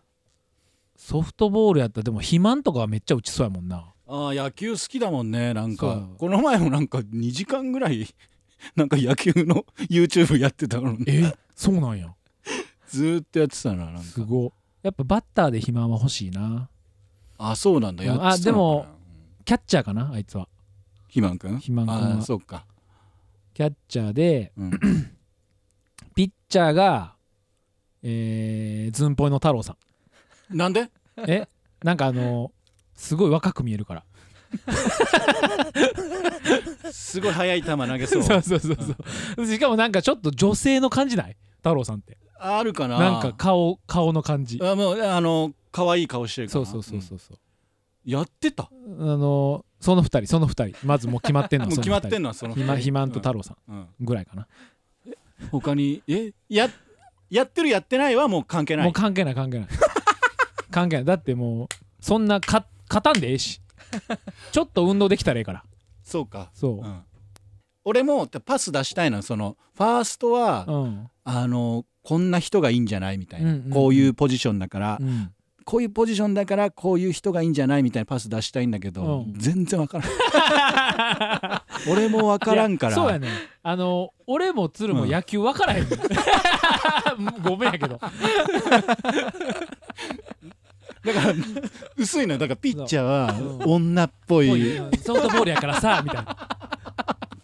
Speaker 2: ソフトボールやったらでも肥満とかはめっちゃ打ちそうやもんな
Speaker 1: ああ野球好きだもんねなん
Speaker 2: そ
Speaker 1: か
Speaker 2: う
Speaker 1: この前もなんか2時間ぐらい なんか野球の YouTube やってたのに
Speaker 2: えそうなんや
Speaker 1: ずーっとやってたななんか
Speaker 2: すごやっぱバッターで肥満は欲しいな
Speaker 1: あそうなんだ
Speaker 2: うん
Speaker 1: やってたのかな
Speaker 2: あでもキャッチャーかなあいつは
Speaker 1: 肥満君
Speaker 2: 肥満君は
Speaker 1: ああそうか、
Speaker 2: キャッチャーで
Speaker 1: うん、
Speaker 2: ピッチャーがえー、ズンポイの太郎さん
Speaker 1: なんで
Speaker 2: えなんかあのすごい若く見えるから
Speaker 1: すごい速い球投げ そう
Speaker 2: そうそうそうそうしかもなんかちょっと女性の感じない太郎さんって
Speaker 1: あるかな
Speaker 2: なんか顔顔の感じ
Speaker 1: あもうあの可愛い顔してるか
Speaker 2: そ
Speaker 1: ら
Speaker 2: うそうそうそう
Speaker 1: う
Speaker 2: そう
Speaker 1: んやってた
Speaker 2: あのその二人その二人まずもう決まってんの
Speaker 1: も
Speaker 2: は
Speaker 1: う決まってん
Speaker 2: の
Speaker 1: のはその
Speaker 2: 肥満肥満と太郎さ
Speaker 1: うん、うん
Speaker 2: んぐらいかな、
Speaker 1: 他にえややってるやってないはもう関係な
Speaker 2: もう
Speaker 1: い
Speaker 2: 関係ない関係ない関係ないだってもうそんなか勝たんでええしちょっと運動できたらええから
Speaker 1: そうか、
Speaker 2: そうう、
Speaker 1: ん、俺もパス出したいのはそのファーストは、
Speaker 2: うん
Speaker 1: あのこんな人がいいんじゃないみたいな、
Speaker 2: うんうんうん
Speaker 1: こういうポジションだから、
Speaker 2: うん
Speaker 1: こういうポジションだからこういう人がいいんじゃないみたいなパス出したいんだけど、
Speaker 2: うん
Speaker 1: 全然わからん 俺もわからんから
Speaker 2: いやそうやねんあの俺も鶴も
Speaker 1: うん
Speaker 2: 野球分からへんねん、 ごめんや けど
Speaker 1: だから 薄いのよだからピッチャーは
Speaker 2: う
Speaker 1: 女っぽい、
Speaker 2: おいソフトボールやからさみたいな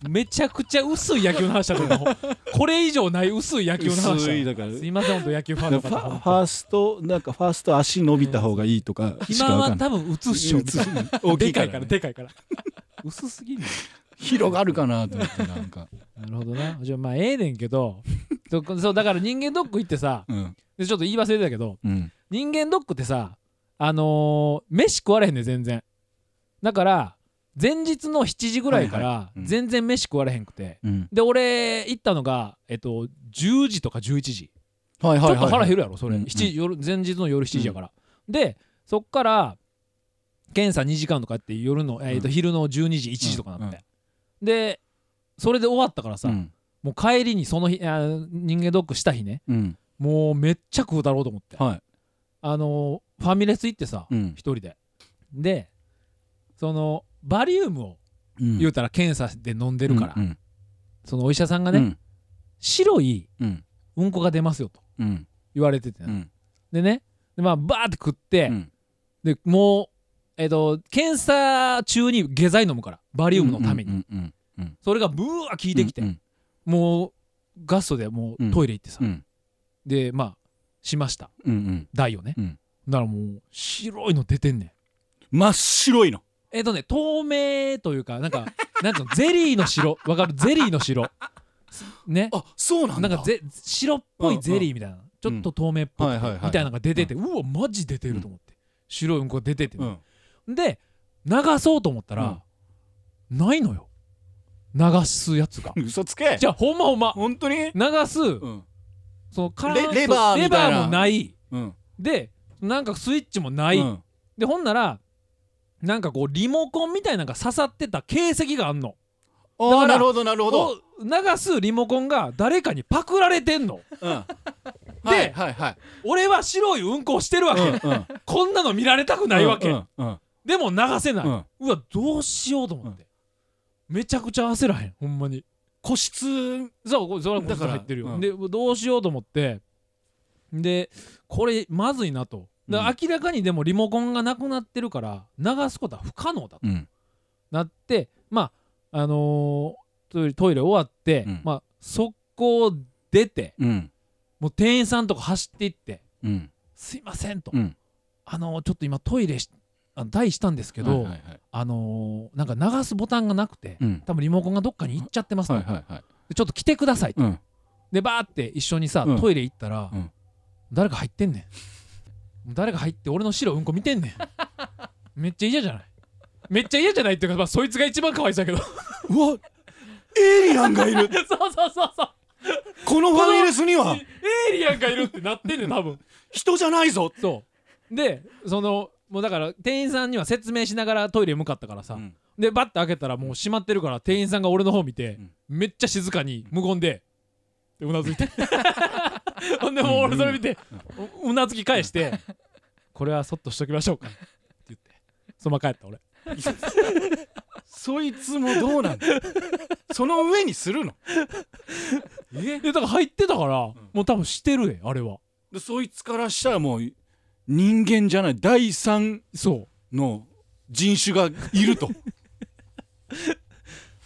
Speaker 2: めちゃくちゃ薄い野球の話だと思うこれ以上ない薄い野球の話
Speaker 1: 薄い
Speaker 2: だ
Speaker 1: だか ら
Speaker 2: すいません本当野球ファン
Speaker 1: フ
Speaker 2: の
Speaker 1: ァフ
Speaker 2: 方本
Speaker 1: ァ
Speaker 2: 当
Speaker 1: ーストなんかファースト足伸びた方がいいとかしか
Speaker 2: 今
Speaker 1: わか
Speaker 2: は
Speaker 1: んない
Speaker 2: 多分映っしょみたいな
Speaker 1: 大き
Speaker 2: で
Speaker 1: い
Speaker 2: か
Speaker 1: か,、
Speaker 2: いかららでかいから薄すぎる
Speaker 1: 広がるかなと思ってなんか、
Speaker 2: なるほどなじゃあまあええねんけど そそうだから人間ドック行ってさ
Speaker 1: うん
Speaker 2: でちょっと言い忘れてたけど
Speaker 1: うん、
Speaker 2: 人間ドックってさあのー飯食われへんねん全然だから前日の7時ぐらいか
Speaker 1: はいは
Speaker 2: ら
Speaker 1: いうん
Speaker 2: 全然飯食われへんくて、
Speaker 1: うん、
Speaker 2: で俺行ったのがえっと10時とか11時
Speaker 1: はい
Speaker 2: ち
Speaker 1: は
Speaker 2: ょ
Speaker 1: い
Speaker 2: っと
Speaker 1: はい、
Speaker 2: 腹減
Speaker 1: る
Speaker 2: るやろそれ、
Speaker 1: うんうん
Speaker 2: 7夜前日の夜7時やから、でそっから検査2時間とかやって夜の、えー
Speaker 1: う
Speaker 2: と
Speaker 1: ん
Speaker 2: 昼の12時1時とかなって、
Speaker 1: うんう
Speaker 2: でそれで終わったからさ、
Speaker 1: うん
Speaker 2: もう帰りにその日あー人間ドックした日ね
Speaker 1: うん、
Speaker 2: もうめっちゃ食うだろうと思って
Speaker 1: は
Speaker 2: あのーファミレス行ってさ
Speaker 1: い、うん
Speaker 2: 一人ででそのバリウムを
Speaker 1: うん
Speaker 2: 言うたら検査で飲んでるから、
Speaker 1: うん
Speaker 2: そのお医者さんが
Speaker 1: う
Speaker 2: ね、
Speaker 1: ん
Speaker 2: 白い
Speaker 1: うん
Speaker 2: うんこが出ますよと
Speaker 1: うん
Speaker 2: 言われててな、
Speaker 1: うん
Speaker 2: でねでまあバーって食って、
Speaker 1: うん
Speaker 2: でもうえっ、と検査中に下剤飲むからバリウムのために、
Speaker 1: うんうんうん
Speaker 2: それがブワー効いてきて、
Speaker 1: うん
Speaker 2: もうガストでもうトイレ行ってさ、
Speaker 1: うん
Speaker 2: でまあしました
Speaker 1: うんうん
Speaker 2: 台をね、
Speaker 1: うん
Speaker 2: だからもう白いの出てんねん
Speaker 1: 真っ白いの
Speaker 2: えっ、とね透明というかな んかなんていうのゼリーの白わかるゼリーの白ね
Speaker 1: あそうなん
Speaker 2: な
Speaker 1: だ
Speaker 2: んかぜ白っぽいゼリーみたいな、ちょっと透明っぽくて
Speaker 1: うんはいはいはい
Speaker 2: みたいなのが出てて、うわマジ出てると思って、白いうんこ出てて、
Speaker 1: うん
Speaker 2: で流そうと思ったら、ないのよ流すやつ が
Speaker 1: 嘘つけ
Speaker 2: じゃあほんまほ んま
Speaker 1: 本当に
Speaker 2: 流す、
Speaker 1: うん
Speaker 2: そのカ
Speaker 1: レレバー
Speaker 2: レ
Speaker 1: みた
Speaker 2: バ
Speaker 1: いな
Speaker 2: ーもない
Speaker 1: うん
Speaker 2: でなんかスイッチもない、
Speaker 1: うん
Speaker 2: でほんならなんかこうリモコンみたいなのが刺さってた形跡があんの
Speaker 1: あ
Speaker 2: だか
Speaker 1: ー
Speaker 2: ら
Speaker 1: なるほどなるほど
Speaker 2: お流すリモコンが誰かにパクられてんの
Speaker 1: うんはいはいはい
Speaker 2: 俺は白いうんこをしてるわけ、
Speaker 1: うんうん
Speaker 2: こんなの見られたくないわけ、
Speaker 1: うんうん
Speaker 2: でも流せない、
Speaker 1: う
Speaker 2: うんわどうしようと思って、めちゃくちゃ焦らへんほんまに
Speaker 1: 個室
Speaker 2: そうこれそれは
Speaker 1: だ
Speaker 2: だ
Speaker 1: か
Speaker 2: からら入ってるよ、
Speaker 1: うん
Speaker 2: でどうしようと思ってでこれまずいなとだから明らかにでもリモコンがなくなってるから流すことは不可能だと
Speaker 1: うん
Speaker 2: なってまああのートイレトイレ終わって、
Speaker 1: うん
Speaker 2: まあ速攻出て
Speaker 1: うん
Speaker 2: もう店員さんとか走っていって
Speaker 1: うん
Speaker 2: 「すいません」と「
Speaker 1: うん
Speaker 2: あのーちょっと今トイレしあの台したんですけ
Speaker 1: はい
Speaker 2: ど、
Speaker 1: はいはい
Speaker 2: あのーなんか流すボタンがなくて、
Speaker 1: うん
Speaker 2: 多分リモコンがどっかに行っちゃってますと、
Speaker 1: はいはいはい
Speaker 2: でちょっと来てくださいと、
Speaker 1: うん
Speaker 2: でバーって一緒にさ、
Speaker 1: うん
Speaker 2: トイレ行ったら、
Speaker 1: うん
Speaker 2: 誰か入ってんねん誰か入って俺の白うんこ見てんね んめっちゃ嫌じゃないめっちゃ嫌じゃないっていうか、まあ、そいつが一番かわい そうやけど
Speaker 1: うわエイリアンがいる
Speaker 2: そうそうそうそう
Speaker 1: このファミレスには
Speaker 2: エイリアンがいるってなってんねん多分
Speaker 1: 人じゃないぞ
Speaker 2: そうでそのもうだから店員さんには説明しながらトイレ向かったからさ、
Speaker 1: うん
Speaker 2: でバッて開けたらもう閉まってるから店員さんが俺の方見て、
Speaker 1: うん
Speaker 2: めっちゃ静かに無言ででうなず いてほんでもう俺それ見て、ううなずき返して、これはそっとしときましょうかって言ってそのまま帰った俺
Speaker 1: そいつもどうなんだその上にするの
Speaker 2: えだから入ってたから、もう多分してるであれは
Speaker 1: でそいつからしたらもう人間じゃない第三
Speaker 2: そ
Speaker 1: の人種がいると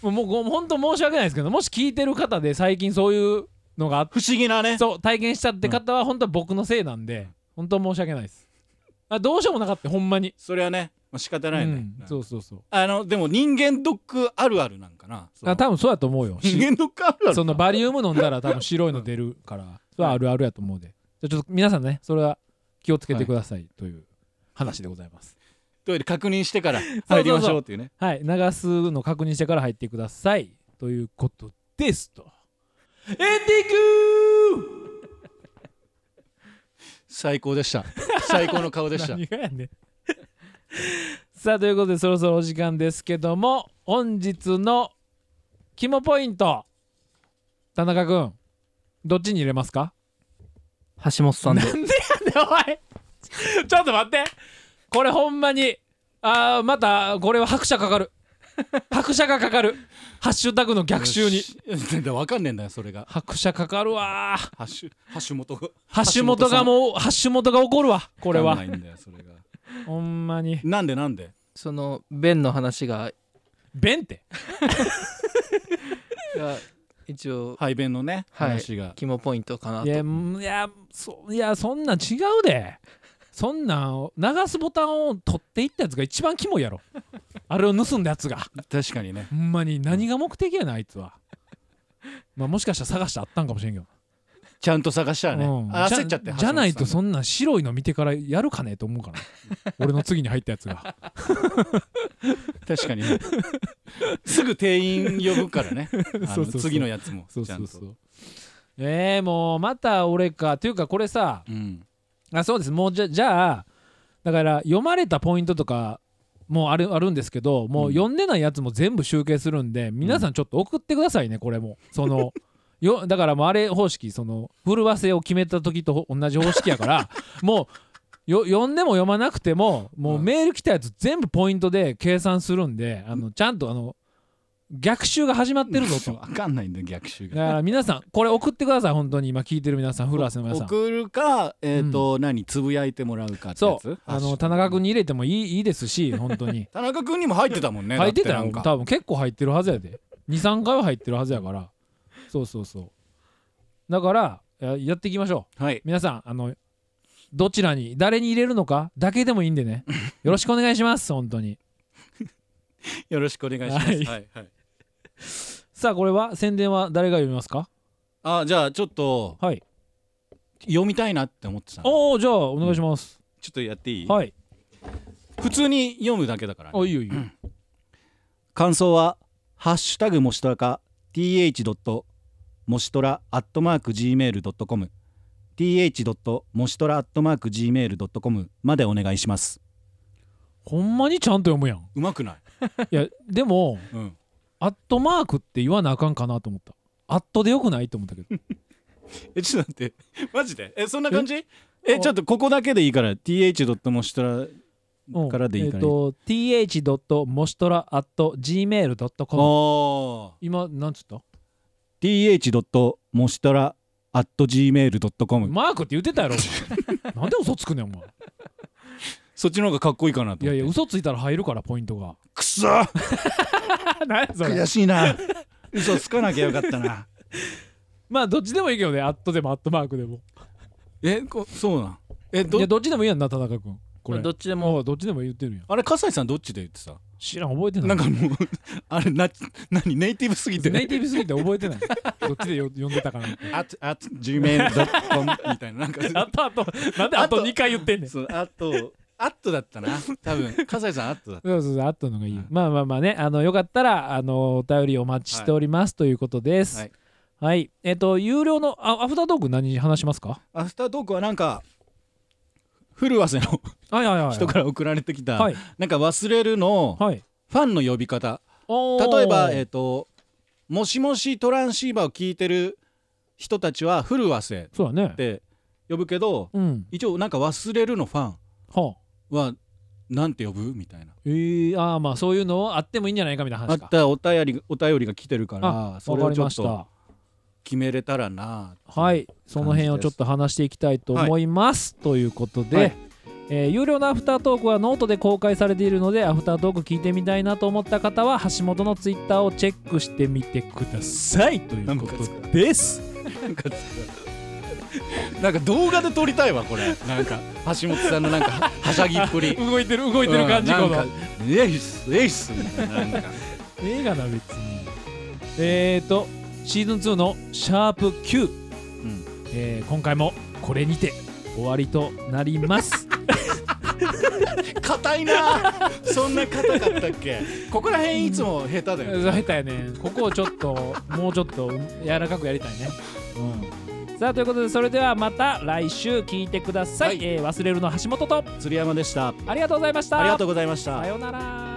Speaker 2: うもうもうほんと申し訳ないですけどもし聞いてる方で最近そういうのがあって
Speaker 1: 不思議なね
Speaker 2: そう体験したって方は本当は僕のせいなんで、本当申し訳ないですあどうしようもなかったほんまに、
Speaker 1: それはね、まあ、仕方ないね、
Speaker 2: うん、そうそうそう
Speaker 1: あのでも人間ドックあるあるなんかなその
Speaker 2: あ多分そうやと思うよし
Speaker 1: 人間ドックあるある
Speaker 2: そのバリウム飲んだら多分白いの出るからそれはあるあるやと思うでじゃあちょっと皆さんねそれは気をつけてくださいという話でございます
Speaker 1: トイレ確認してから入りましょうっていうね
Speaker 2: はい流すの確認してから入ってくださいということですとエンディング
Speaker 1: 最高でした最高の顔でした
Speaker 2: 何がやねんさあということでそろそろお時間ですけども本日の肝ポイント田中君どっちに入れますか
Speaker 3: 橋本さんで
Speaker 2: おいちょっと待ってこれほんまにあーまたこれは拍車かかる拍車がかかるハッシュタグの逆襲に
Speaker 1: よし全然わかんねえんだよそれが
Speaker 2: 拍車かかるわー
Speaker 1: ハッシュハッシュ元が
Speaker 2: ハッシュ元がもうハッシュ元が怒るわこ
Speaker 1: こ
Speaker 2: れ
Speaker 1: な
Speaker 2: はい
Speaker 1: んだよそれが
Speaker 2: ほんまに
Speaker 1: なんでなんで
Speaker 3: その弁の話が
Speaker 2: 弁って
Speaker 3: が一応
Speaker 1: 排便のね、
Speaker 3: はい
Speaker 1: 話が
Speaker 3: 肝ポイントかないと
Speaker 2: やんいやそいやそんなん違うでそんなん流すボタンを取っていったやつが一番キモいやろあれを盗んだやつが
Speaker 1: 確かにね
Speaker 2: ほんまに何が目的やなあいつはまあもしかしたら探してあったんかもしれんけど
Speaker 1: ちゃんと探したらね、
Speaker 2: うん
Speaker 1: あ焦っちゃって
Speaker 2: じゃじゃないと
Speaker 1: 橋本さ
Speaker 2: そんなん白いの見てからやるかねと思うから 俺の次に入ったやつが
Speaker 1: ん確かにね すぐ店員呼ぶからねあの
Speaker 2: そうそうそう
Speaker 1: 次のやつも
Speaker 2: そう
Speaker 1: ちゃ
Speaker 2: そ
Speaker 1: ん
Speaker 2: う
Speaker 1: と
Speaker 2: そうえー、もうまた俺かというかこれさ
Speaker 1: うん
Speaker 2: あそうですもうじゃじゃあだから読まれたポイントとかもあるあるんですけどもう
Speaker 1: うん
Speaker 2: 読んでないやつも全部集計するんで、皆さんちょっと送ってくださいねこれもそのよだからもうあれ方式その震わせを決めた時と同じ方式やからもうよ読んでも読まなくてももう
Speaker 1: うん
Speaker 2: メール来たやつ全部ポイントで計算するんで、あのちゃんとあの逆襲が始まってるぞ と
Speaker 1: わかんないんだよ逆襲
Speaker 2: だ
Speaker 1: が
Speaker 2: から皆さんこれ送ってください本当に今聞いてる皆さん古瀬の皆さん
Speaker 1: 送るかえっ、と、何つぶやいてもらうかってや
Speaker 2: そ
Speaker 1: つ
Speaker 2: うあの田中
Speaker 1: に
Speaker 2: 君に入れてもいいいいです し本当に
Speaker 1: 田中君にも入ってたもんね
Speaker 2: 入ってた
Speaker 1: だ
Speaker 2: よ
Speaker 1: てなんか
Speaker 2: 多分結構入ってるはずやで23回は入ってるはずやからそうそうそうだからややっていきましょう
Speaker 1: はい
Speaker 2: 皆さんあのどちらに誰に入れるのかだけでもいいん でねよろしくお願いします本当に
Speaker 1: よろしくお願いします
Speaker 2: は
Speaker 1: はいい、はい
Speaker 2: さあこれは宣伝は誰が読みますか
Speaker 1: あじゃあちょっと
Speaker 2: はい
Speaker 1: 読みたいなって思ってたの
Speaker 2: おおじゃあお願いします、
Speaker 1: ちょっとやっていい、
Speaker 2: はい
Speaker 1: 普通に読むだけだから、ね、
Speaker 2: おいいよいいよ、
Speaker 1: 感想は「ハッシュタグもしとらか th. もしとら .gmail.com th. もしとら .gmail.com までお願いします
Speaker 2: ほんまにちゃんと読むやん
Speaker 1: うまくない、
Speaker 2: いや でも
Speaker 1: うん、
Speaker 2: アットマークって言わなあかんかなと思ったアットでよくないと思ったけど
Speaker 1: えちょっと待ってマジでえそんな感じえちょっとここだけでいいから th. もしとら
Speaker 2: うん
Speaker 1: からでいいから
Speaker 2: えっ、と th. もしとら .gmail.com
Speaker 1: おー
Speaker 2: 今なんつった
Speaker 1: th. もしとら .gmail.com
Speaker 2: マークって言って たやろお前なんで嘘つくねんお前
Speaker 1: そっちの方がかっこいいかなと
Speaker 2: い
Speaker 1: 思
Speaker 2: や
Speaker 1: って
Speaker 2: いや嘘ついたら入るからポイントが
Speaker 1: くそー
Speaker 2: 何やそれ
Speaker 1: 悔しいな 嘘つかなきゃよかったな
Speaker 2: まあどっちでもいいけどねアットでもアットマークでも
Speaker 1: えこそうなんえ
Speaker 2: い
Speaker 1: ど
Speaker 2: やどっちでもいいやんな田中君これ
Speaker 3: どっちでも
Speaker 2: もうどっちでも言ってるやん
Speaker 1: あれ笠井さんどっちで言ってた
Speaker 2: 知らん覚えてない
Speaker 1: なんかもう あれな何ネイティブすぎて
Speaker 2: ネイティブすぎて覚えてないどっちでよ呼んでたかな
Speaker 1: 「at at gmail.com」みたいななん か
Speaker 2: あとあとなんであと
Speaker 1: あと
Speaker 2: 2回言ってんねん
Speaker 1: そうあと「at」だったな多分笠井さん「at」だった
Speaker 2: そうそうそうあったのがいい、
Speaker 1: うん
Speaker 2: まあまあまあねあのよかったらあのお便りお待ちしております、ということですは
Speaker 1: はいい、
Speaker 2: えっ、と有料のあアフタートーク何話しますか
Speaker 1: アフタートークはなんか古瀬の
Speaker 2: はいはいはい
Speaker 1: 人から送られてきた、
Speaker 2: はい
Speaker 1: なんか忘れるの
Speaker 2: はい
Speaker 1: ファンの呼び方
Speaker 2: おー
Speaker 1: 例えばえっ、と「もしもしトランシーバー」を聞いてる人たちは「古瀬」
Speaker 2: そうだね
Speaker 1: って呼ぶけど
Speaker 2: うん
Speaker 1: 一応なんか忘れるのファン
Speaker 2: はあ
Speaker 1: はなんて呼ぶみたいな
Speaker 2: えー、あーまあそういうのあってもいいんじゃないかみたいな
Speaker 1: あ
Speaker 2: 話
Speaker 1: っ
Speaker 2: か
Speaker 1: たお便りお便りが来てるからそ
Speaker 2: わ
Speaker 1: れ
Speaker 2: か
Speaker 1: を
Speaker 2: り
Speaker 1: ちょ
Speaker 2: ま
Speaker 1: っ
Speaker 2: した
Speaker 1: と決めれたらな
Speaker 2: はいその辺をちょっと話していきたいと思います、ということで、
Speaker 1: はい
Speaker 2: えー有料のアフタートークはノートで公開されているのでアフタートーク聞いてみたいなと思った方は橋本のツイッターをチェックしてみてくださいという
Speaker 1: なん
Speaker 2: こ
Speaker 1: かつ
Speaker 2: とです
Speaker 1: なんか動画で撮りたいわこれなんか橋本さんのなんかははしゃぎっぷり
Speaker 2: 動いてる動いてる感じ、この
Speaker 1: イエイスエイスみたいななんか
Speaker 2: 映画だ別にえーとシーズン2のシャープ9、
Speaker 1: ん
Speaker 2: えー今回もこれにて終わりとなります
Speaker 1: 硬いなそんな硬かったっけここら辺いつも下手だよね
Speaker 2: 下手やねここをちょっともうちょっと柔らかくやりたいねさあということでそれではまた来週聞いてください、
Speaker 1: はい
Speaker 2: えー忘れるの橋本と
Speaker 1: 鶴山でした
Speaker 2: ありがとうございました
Speaker 1: ありがとうございました
Speaker 2: さようなら